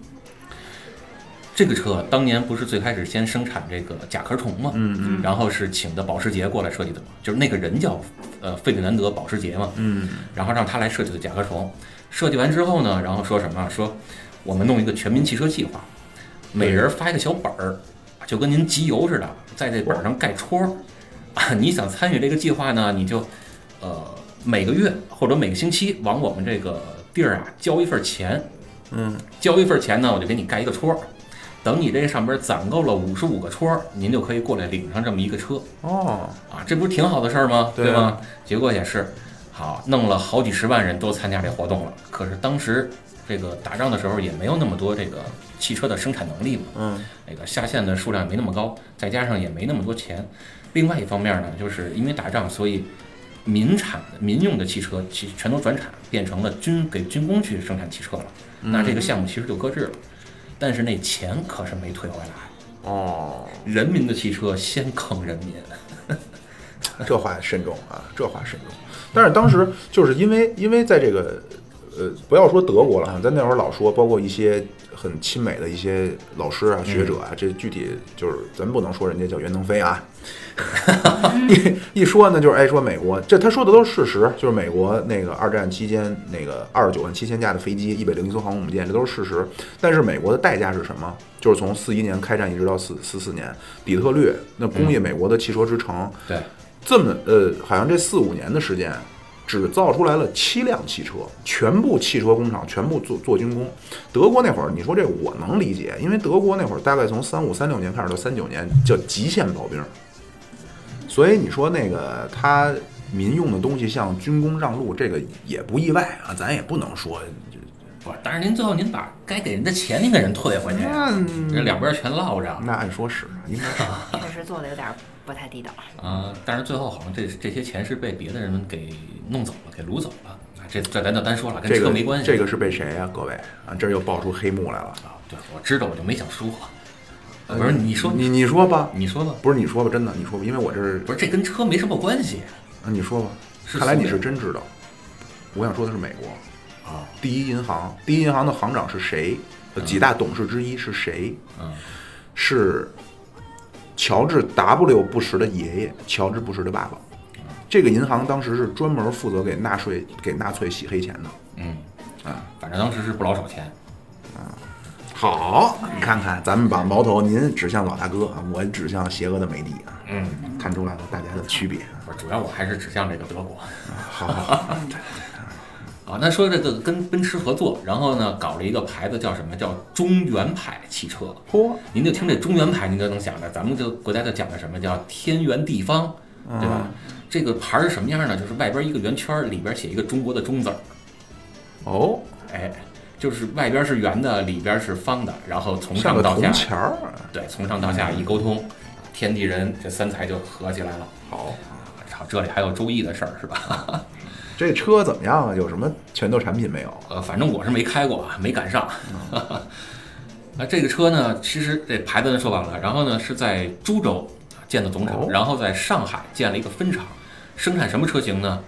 S5: 这个车当年不是最开始先生产这个甲壳虫嘛，嗯嗯，然后是请的保时捷过来设计的嘛，就是那个人叫呃费迪南德保时捷嘛，
S1: 嗯，
S5: 然后让他来设计的甲壳虫。设计完之后呢，然后说什么啊？说我们弄一个全民汽车计划，每人发一个小本儿，就跟您集邮似的，在这本儿上盖戳儿啊。你想参与这个计划呢，你就呃每个月或者每个星期往我们这个地儿啊交一份钱，
S1: 嗯，
S5: 交一份钱呢，我就给你盖一个戳儿。等你这上边攒够了五十五个戳儿，您就可以过来领上这么一个车。
S1: 哦，
S5: 啊，这不是挺好的事儿吗？
S1: 对啊
S5: 吗？结果也是，好，弄了好几十万人都参加这活动了。可是当时这个打仗的时候也没有那么多这个汽车的生产能力嘛，
S1: 嗯，
S5: 那个下线的数量也没那么高，再加上也没那么多钱。另外一方面呢，就是因为打仗，所以民产的民用的汽车其实全都转产，变成了军给军工去生产汽车了。
S1: 嗯
S5: 那这个项目其实就搁置了，但是那钱可是没退回来。
S1: 哦，
S5: 人民的汽车先坑人民，
S1: 这话慎重啊，这话慎重。但是当时就是因为因为在这个呃，不要说德国了，啊咱那会儿老说，包括一些很亲美的一些老师啊、学者啊，这具体就是咱不能说人家叫袁腾飞啊，一一说呢就是哎说美国，这他说的都是事实，就是美国那个二战期间那个二十九万七千架的飞机，一百零一艘航空母舰，这都是事实。但是美国的代价是什么？就是从四一年开战一直到四四四年，底特律那工业美国的汽车之城，
S5: 对，
S1: 这么呃，好像这四五年的时间，只造出来了七辆汽车，全部汽车工厂全部做做军工。德国那会儿，你说这我能理解，因为德国那会儿大概从三五三六年开始到三九年叫极限保兵，所以你说那个他民用的东西向军工让路，这个也不意外啊，咱也不能说
S5: 不是，但是您最后您把该给人的钱您给人退回去，这两边全落着
S1: 那按说是应该是
S6: 确实做的有点不太地道。
S5: 啊。但是最后好像这这些钱是被别的人给弄走了，给掳走了。啊这这咱就单说了，跟
S1: 这
S5: 车
S1: 个
S5: 没关系。
S1: 这个是被谁呀、各位啊，这又爆出黑幕来了。
S5: 啊，对，我知道，我就没想说。啊不是，你说
S1: 呃你你说吧，
S5: 你说吧，
S1: 不是你说吧，真的你说吧，因为我这是
S5: 不是这跟车没什么关系
S1: 啊，你说吧，
S5: 是
S1: 看来
S5: 苏
S1: 你
S5: 联
S1: 是真知道。我想说的是美国
S5: 啊。
S1: 第一银行，第一银行的行长是谁？呃几大董事之一是谁？
S5: 嗯，
S1: 是乔治 W 布什的爷爷，乔治布什的爸爸。
S5: 嗯
S1: 这个银行当时是专门负责给纳税、给纳粹洗黑钱的。
S5: 嗯啊，反正当时是不老少钱。
S1: 好，你看看，咱们把矛头您指向老大哥，啊，我指向邪恶的美帝啊，
S5: 嗯，
S1: 看出来了大家的区别啊。
S5: 不是，主要我还是指向这个德国。
S1: 好好好，
S5: 啊，那说这个跟奔驰合作，然后呢搞了一个牌子叫什么？叫中原牌汽车。
S1: 嚯，
S5: 您就听这中原牌，您就能想着咱们这个国家就讲的什么叫天圆地方，对
S1: 啊
S5: 吧？这个牌儿是什么样呢？就是外边一个圆圈儿，里边写一个中国的中字儿，
S1: 哦，
S5: 哎，就是外边是圆的，里边是方的，然后从
S1: 像
S5: 上
S1: 个
S5: 到
S1: 铜
S5: 下，
S1: 钱儿，啊
S5: 对，从上到下一沟通，天地人这三才就合起来了。啊
S1: 好，
S5: 操，这里还有周易的事儿是吧？
S1: 这车怎么样啊？有什么拳头产品没有？
S5: 呃，反正我是没开过，啊，没赶上。
S1: 嗯
S5: 啊，这个车呢，其实这牌子呢说完了，然后呢是在株洲建的总
S1: 哦
S5: 厂，然后在上海建了一个分厂，生产什么车型呢？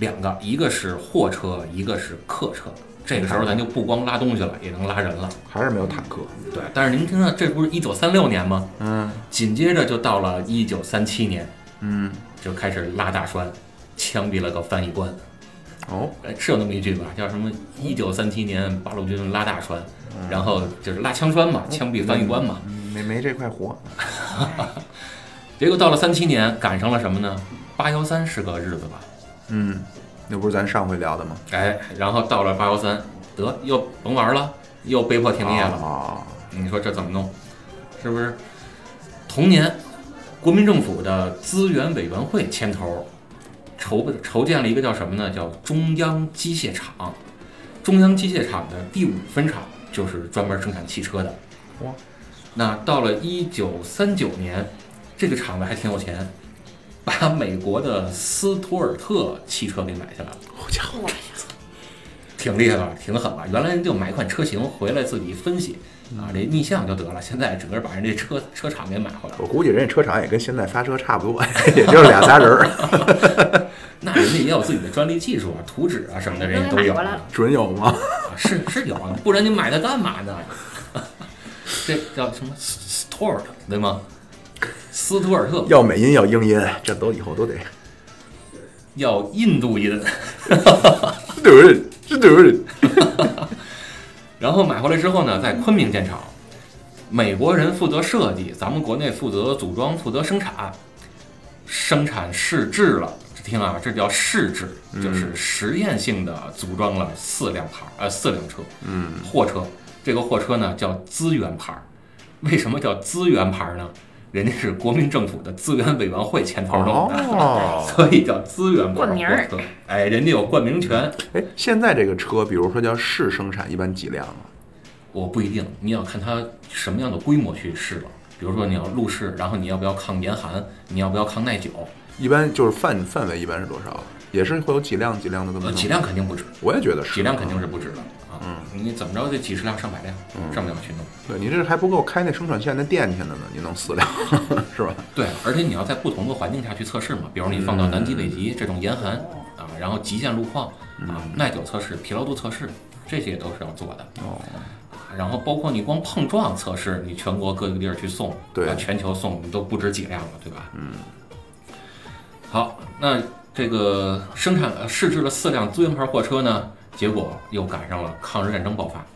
S5: 两个，一个是货车，一个是客车。这个时候咱就不光拉东西了，也能拉人了。
S1: 还是没有坦克？
S5: 对，但是您听到这不是一九三六年吗？
S1: 嗯
S5: 紧接着就到了一九三七年，
S1: 嗯，
S5: 就开始拉大栓，枪毙了个翻译官。
S1: 哦，
S5: 哎，是有那么一句吧，叫什么？一九三七年八路军拉大栓，然后就是拉枪栓嘛，枪毙翻译官嘛。
S1: 没没这块活，
S5: 结果到了三七年，赶上了什么呢？八幺三是个日子吧？
S1: 嗯，那不是咱上回聊的吗？
S5: 哎，然后到了八幺三，得又甭玩了，又被迫停业了。
S1: 啊，
S5: 你说这怎么弄？是不是？同年，国民政府的资源委员会牵头筹备筹建了一个叫什么呢？叫中央机械厂。中央机械厂的第五分厂就是专门生产汽车的。
S1: 哇！
S5: 那到了一九三九年，这个厂子还挺有钱，把美国的斯图尔特汽车给买下来了。
S1: 好家伙，
S5: 挺厉害吧，挺狠吧？原来人就买一款车型回来自己分析
S6: 嗯
S5: 啊，这逆向就得了。现在整个把人这车车厂给买回来了，
S1: 我估计人家车厂也跟现在发车差不多， 也就是俩仨人儿，
S5: 那人家也有自己的专利技 术啊、图纸啊什么的，人家都
S6: 都给
S5: 有
S6: 买回来
S5: 啊
S6: 了，
S1: 准有吗？
S5: 是是有啊，不然你买它干嘛呢？ 这叫什么 Stort 对吗？斯图尔特
S1: 要美音要英音，这都以后都得，
S5: 要印度音，
S1: 这都是这都是，
S5: 然后买回来之后呢，在昆明建厂，美国人负责设计，咱们国内负责组装、负责生产，生产试制了。听啊，这叫试制，
S1: 嗯
S5: 就是实验性的组装了四辆牌儿，呃，四辆车，
S1: 嗯，
S5: 货车。这个货车呢叫资源牌儿，为什么叫资源牌儿呢？人家是国民政府的资源委员会牵头弄的，
S1: 哦，
S5: 所以叫资源牌
S6: 冠名
S5: 儿
S6: 儿
S5: 货车。哎，人家有冠名权，
S1: 哎，现在这个车，比如说叫试生产，一般几辆啊？
S5: 我不一定，你要看它什么样的规模去试了。比如说你要路试，然后你要不要抗严寒，你要不要抗耐久，
S1: 一般就是范范围一般是多少？也是会有几辆几辆的这么
S5: 呃，
S1: 弄
S5: 几？辆肯定不止，
S1: 我也觉得是，
S5: 几辆肯定是不止的啊。嗯，你怎么着得几十辆、上百辆，上不了去弄。
S1: 对你这还不够开那生产线的电去呢呢，你弄四辆 是吧？
S5: 对，而且你要在不同的环境下去测试嘛，比如你放到南极、北极这种严寒啊，然后极限路况啊，
S1: 嗯
S5: 耐久测试、疲劳度测试，这些都是要做的。
S1: 哦，
S5: 然后包括你光碰撞测试，你全国各个地儿去送，
S1: 对
S5: 啊全球送你都不止几辆了，对吧？嗯。好，那这个生产呃试制了四辆资源牌货车呢，结果又赶上了抗日战争爆发，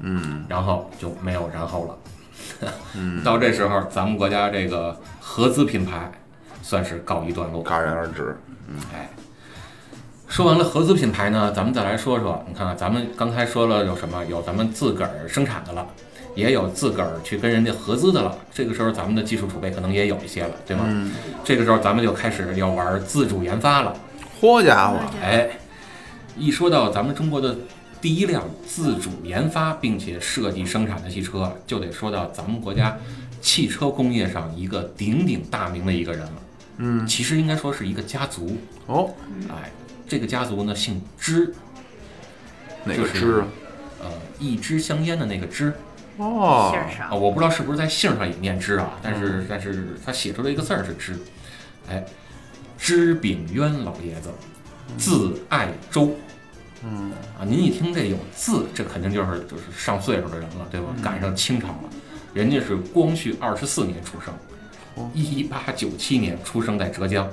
S1: 嗯，
S5: 然后就没有然后了。嗯， 到这时候，咱们国家这个合资品牌算是告一段落。
S1: 戛然而止。
S5: 哎，说完了合资品牌呢，咱们再来说说，你看啊看咱们刚才说了有什么？有咱们自个儿生产的了，也有自个儿去跟人家合资的了。这个时候咱们的技术储备可能也有一些了，对吗？这个时候咱们就开始要玩自主研发了。
S1: 嚯家伙，
S5: 哎，一说到咱们中国的第一辆自主研发并且设计生产的汽车，就得说到咱们国家汽车工业上一个鼎鼎大名的一个人了。
S1: 嗯，
S5: 其实应该说是一个家族。
S1: 哦，
S5: 哎，这个家族呢姓支，
S1: 哪个支啊？
S5: 呃，一支香烟的那个支
S1: 哦
S6: 信，儿
S5: 啊，
S6: 上，
S5: 我不知道是不是在姓上也念支啊，但是、
S1: 嗯
S5: 但是他写出来一个字儿是支，哎，支炳渊老爷子，字爱周。
S1: 嗯，
S5: 啊，您一听这有字，这肯定就是就是上岁数的人了，对
S1: 嗯
S5: 吧？赶上清朝了，人家是光绪二十四年出
S1: 哦
S5: 生，一八九七年出生在浙江，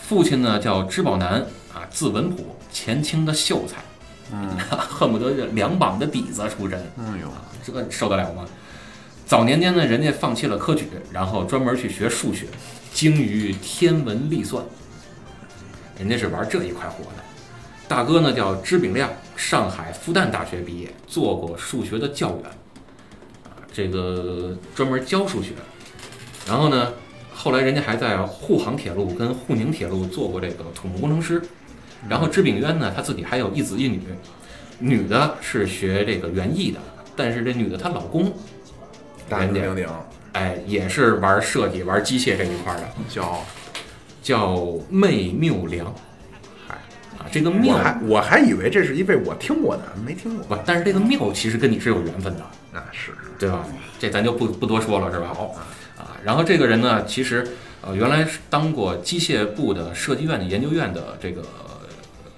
S5: 父亲呢叫支宝南啊，字文甫，前清的秀才，
S1: 嗯，
S5: 恨不得这两榜的底子出身，
S1: 哎呦，
S5: 这个受得了吗？早年间呢，人家放弃了科举，然后专门去学数学，精于天文历算，人家是玩这一块活的。大哥呢叫支炳亮，上海复旦大学毕业，做过数学的教员，啊这个专门教数学。然后呢，后来人家还在沪杭铁路跟沪宁铁路做过这个土木工程师。然后支炳渊呢，他自己还有一子一女，女的是学这个园艺的，但是这女的她老公，
S1: 大名鼎鼎，
S5: 哎，也是玩设计、玩机械这一块儿的，
S1: 骄傲。
S5: 叫媚谬良。
S1: 嗨
S5: 啊，这个
S1: 我
S5: 谬
S1: 还我还以为这是一位我听过的，没听过。
S5: 不，但是这个谬其实跟你是有缘分的，
S1: 那是
S5: 对吧？这咱就不不多说了，是吧？哦，啊，然后这个人呢，其实呃，原来是当过机械部的设计院的研究院的这个呃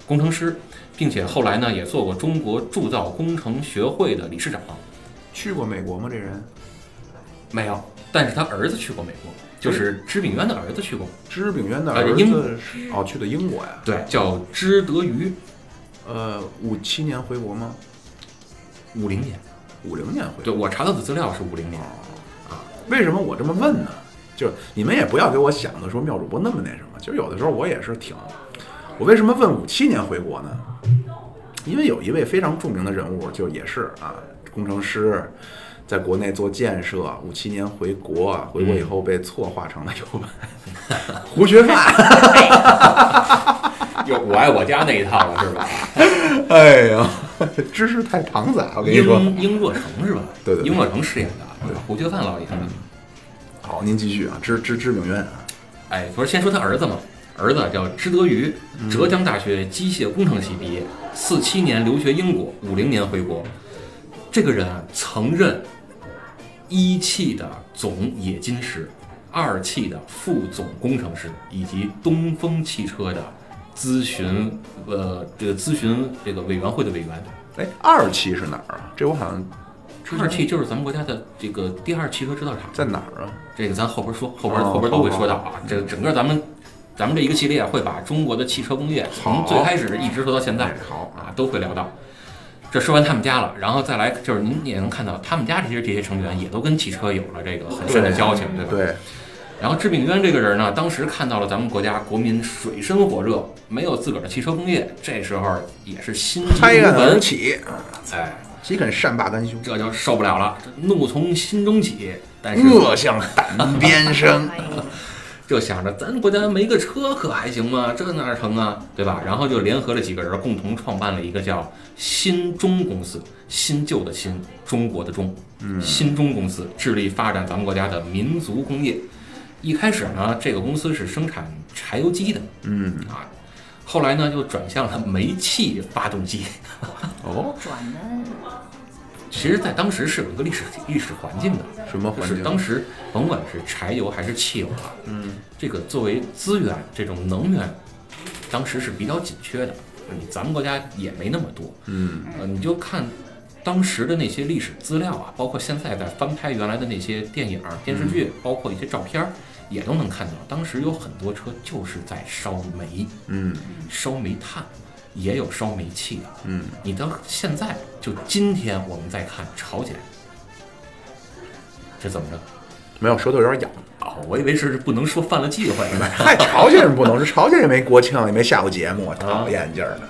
S5: 工程师，并且后来呢，也做过中国铸造工程学会的理事长。
S1: 去过美国吗？这人
S5: 没有，但是他儿子去过美国，就是支炳渊的儿子去过，
S1: 支炳渊的
S5: 呃
S1: 儿
S5: 英
S1: 子是哦，去的英国呀。
S5: 对，叫支德瑜，
S1: 呃，五七年回国吗？
S5: 五零年。
S1: 五零年回
S5: 对
S1: 国。
S5: 我查到的资料是五零年，
S1: 为什么我这么问呢？就是你们也不要给我想的说妙主播那么那什么，就是有的时候我也是挺……我为什么问五七年回国呢？因为有一位非常著名的人物，就也是啊，工程师，在国内做建设，五七年回国，回国以后被错化成了有胡学范。
S5: 哦有我爱我家那一套了，是吧？
S1: 哎呀，知识太庞杂，我跟
S5: 嗯
S1: 你说。
S5: 英英若诚是吧？
S1: 对对对
S5: 英若诚饰演的，胡学范老爷子。
S1: 好，您继续啊，知知知名渊啊，
S5: 哎，不是先说他儿子嘛，儿子叫支德瑜，浙江大学机械工程系毕业，四七年留学英国，五零年回国。这个人啊，曾任一汽的总冶金师，二汽的副总工程师，以及东风汽车的咨询呃这个咨询这个委员会的委员。
S1: 哎，二期是哪儿啊？这我好像
S5: 二汽就是咱们国家的这个第二汽车制造厂，
S1: 在哪儿啊？
S5: 这个咱后边说，后边
S1: 哦
S5: 后边都会说到啊。这整个咱们咱们这一个系列会把中国的汽车工业从
S1: 好
S5: 最开始一直说到现在
S1: 哎好
S5: 啊，都会聊到。这说完他们家了，然后再来就是您也能看到他们家这些这些成员也都跟汽车有了这个很深的交情，对吧？
S1: 对，
S5: 然后志炳渊这个人呢，当时看到了咱们国家国民水深火热，没有自个儿的汽车工业，这时候也是心急
S1: 拍案
S5: 如
S1: 而
S5: 焚，
S1: 起，
S5: 哎，
S1: 岂肯善罢甘休？
S5: 这就受不了了，怒从心中起，但是
S1: 恶向胆边生。
S6: 哎呦
S5: 哦就想着咱国家没个车可还行吗？这哪儿成啊，对吧？然后就联合了几个人，共同创办了一个叫新中公司，新旧的新，中国的中，嗯，新中公司致力发展咱们国家的民族工业。一开始呢，这个公司是生产柴油机的
S1: 嗯，
S5: 啊，后来呢又转向了煤气发动机。
S1: 哦，
S6: 转的
S5: 其实，在当时是有一个历史历史环境的，
S1: 什么
S5: 就
S1: 环
S5: 是
S1: 境？
S5: 当时甭管是柴油还是汽油啊，嗯，这个作为资源，这种能源，当时是比较紧缺的。呃你咱们国家也没那么多，
S1: 嗯，
S5: 呃，你就看当时的那些历史资料啊，包括现在在翻拍原来的那些电影、电
S1: 嗯
S5: 视剧，包括一些照片儿，也都能看到，当时有很多车就是在烧煤，
S1: 嗯
S5: 烧煤炭，也有烧煤气的。
S1: 嗯，
S5: 你到现在就今天我们再看朝鲜，这怎么着？
S1: 没有，舌头有点 痒。
S5: 哦，我以为是不能说犯了忌讳呢。
S1: 嗨，朝鲜人不能是 朝鲜也没国庆，也没下过节目，讨
S5: 啊
S1: 厌劲儿呢。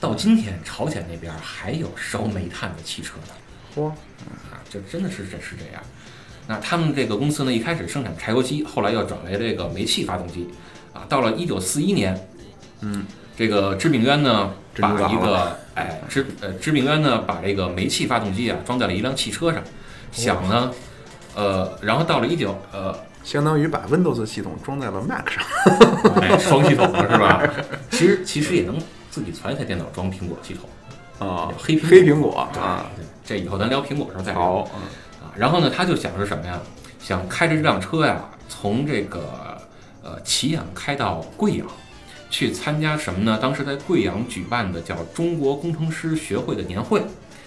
S5: 到今天，朝鲜那边还有烧煤炭的汽车呢，
S1: 嚯，
S5: 啊，这真的是这是这样。那他们这个公司呢，一开始生产柴油机，后来又转为这个煤气发动机，啊，到了一九四一年，嗯，这个支炳渊呢，
S1: 珍
S5: 把
S1: 珠港
S5: 一个
S1: 了
S5: 哎支呃支炳渊呢，把这个煤气发动机啊装在了一辆汽车上，想呢，呃，然后到了一九呃
S1: 相当于把 Windows 系统装在了 Mac 上。
S5: 哎，双系统了是吧？其实其实也能自己攒一台电脑装苹果系统，
S1: 啊
S5: 黑苹果
S1: 黑苹果啊，
S5: 对这以后咱聊苹果的时候再聊
S1: 好，嗯
S5: 啊。然后呢，他就想是什么呀？想开着这辆车呀，从这个呃祁阳开到贵阳，去参加什么呢？当时在贵阳举办的叫中国工程师学会的年会。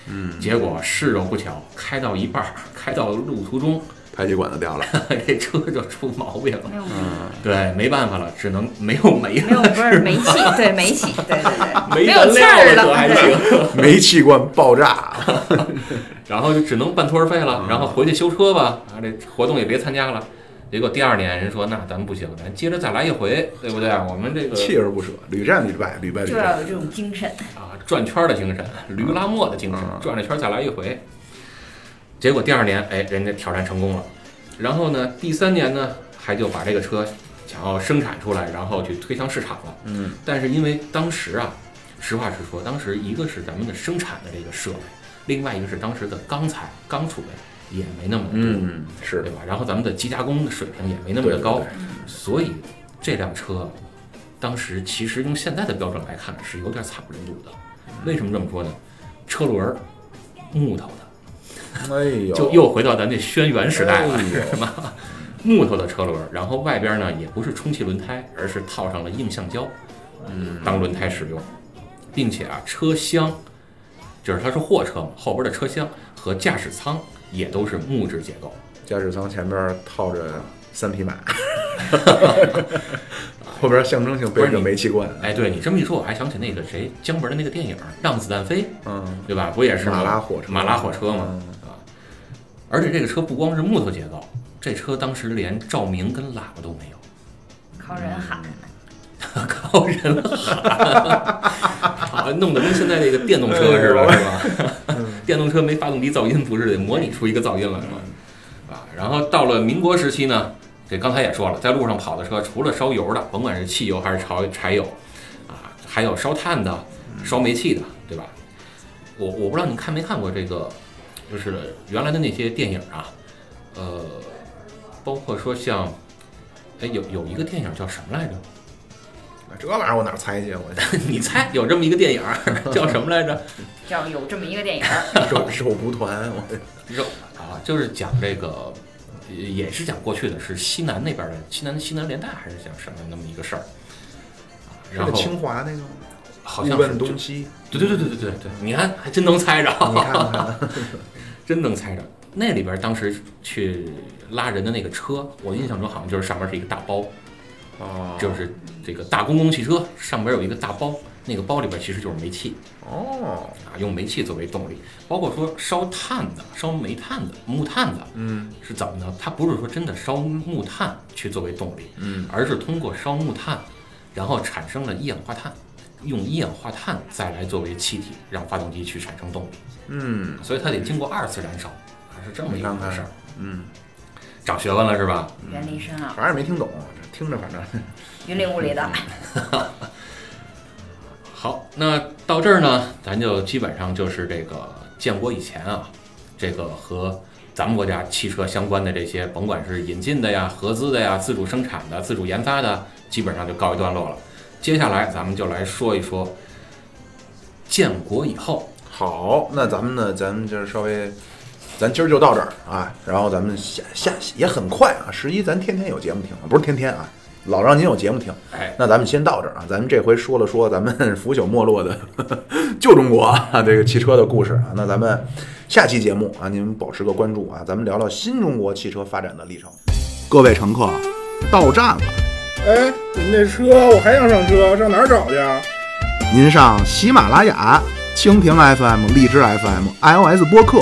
S5: 嗯，结果事有不巧，开到一半儿，开到路途中，
S1: 排气管子掉了。
S5: 这车就出毛病了。
S6: 没有
S5: 嗯对，没办法了，只能没有煤
S6: 没有
S5: 了，
S6: 不是煤气， 对煤气，对对对，
S5: 没
S6: 没有气儿
S5: 可还
S6: 对
S5: 行。
S1: 煤气罐爆炸，
S5: 然后就只能半途而废了，然后回去修车吧，啊，这活动也别参加了。结果第二年人说，那咱们不行，咱接着再来一回，对不对？我们这个
S1: 锲而不舍，屡战屡败，屡败屡
S6: 就
S1: 战。
S6: 要有这种精神。
S5: 啊，转圈儿的精神，驴拉磨的精神
S1: 嗯，
S5: 转了圈儿再来一回。结果第二年，哎，人家挑战成功了。然后呢，第三年呢，还就把这个车想要生产出来，然后去推向市场了。
S1: 嗯，
S5: 但是因为当时啊，实话实说，当时一个是咱们的生产的这个设备，另外一个是当时的钢材钢储备也没那么多，
S1: 嗯，是
S5: 对吧？然后咱们的机加工的水平也没那么的高，
S1: 对对
S5: 所以这辆车当时其实用现在的标准来看是有点惨不忍睹的。
S1: 嗯
S5: 为什么这么说呢？车轮儿木头的，
S1: 哎呦，
S5: 就又回到咱这轩辕时代了，
S1: 哎呦
S5: 是吧？木头的车轮儿，然后外边呢也不是充气轮胎，而是套上了硬橡胶，
S1: 嗯
S5: 当轮胎使用，并且啊，车厢就是它是货车嘛，后边的车厢和驾驶舱也都是木质结构。
S1: 驾驶舱前边套着三匹马，后边象征性背着煤气罐。
S5: 哎，对你这么一说，我还想起那个谁姜文的那个电影《让子弹飞》，
S1: 嗯，
S5: 对吧？不哎也是吗
S1: 马拉火车嗯
S5: 马拉火车嘛，啊！而且这个车不光是木头结构，这车当时连照明跟喇叭都没有，
S6: 靠人喊，
S5: 嗯靠 人喊，弄得跟现在这个电动车似的，是吧？ 电动车没发动机噪音，不是得模拟出一个噪音来吗？啊，然后到了民国时期呢，这刚才也说了，在路上跑的车，除了烧油的，甭管是汽油还是柴柴油，啊，还有烧炭的、烧煤气的，对吧？我我不知道你看没看过这个，就是原来的那些电影啊，呃，包括说像，哎，有有一个电影叫什么来着？
S1: 这玩意儿我哪猜去？啊我
S5: 你猜有这么一个电影儿 叫什么来着？
S6: 叫有这么一个电影 儿，
S1: 手手蒲团，我
S5: 肉啊，就是讲这个，呃也是讲过去的，是西南那边的西南西南联大还是讲什么那么一个事儿。啊然
S1: 是
S5: 后
S1: 清华那个吗
S5: 好像
S1: 顾
S5: 是
S1: 问东西，
S5: 对对对对对对对，你看还真能猜着，
S1: 你看啊 看，
S5: 真能猜着。那里边当时去拉人的那个车，我印象中好像就是上面是一个大包，
S1: 哦，
S5: 就是这个大公共汽车上边有一个大包，那个包里边其实就是煤气。
S1: 哦，
S5: 啊，用煤气作为动力，包括说烧炭的、烧煤炭的、木炭的
S1: 嗯
S5: 是怎么呢？它不是说真的烧木炭去作为动力，
S1: 嗯，
S5: 而是通过烧木炭，然后产生了一氧化碳，用一氧化碳再来作为气体，让发动机去产生动力，
S1: 嗯
S5: 所以它得经过二次燃烧，啊，是这么一个
S1: 你看看
S5: 事儿。
S1: 嗯，
S5: 长学问了是吧？
S6: 原理深奥，
S1: 反正也没听懂，啊这听着反正
S6: 云里雾里
S5: 嗯
S6: 的。
S5: 好，那到这儿呢，咱就基本上就是这个建国以前啊，这个和咱们国家汽车相关的这些，甭管是引进的呀、合资的呀、自主生产的、自主研发的，基本上就告一段落了。接下来咱们就来说一说建国以后，
S1: 好，那咱们呢，咱们就是稍微，咱今儿就到这儿啊，然后咱们下下也很快啊，十一咱天天有节目听啊，不是天天啊，老让您有节目听。
S5: 哎，
S1: 那咱们先到这儿啊，咱们这回说了说咱们 腐朽没落的旧中国啊这个汽车的故事啊，那咱们下期节目啊，您保持个关注啊，咱们聊聊新中国汽车发展的历程。
S2: 各位乘客，到站了，
S7: 哎，你们这车我还想上车，上哪儿找去啊？
S2: 您上喜马拉雅、蜻蜓 FM、荔枝 FM、iOS 播客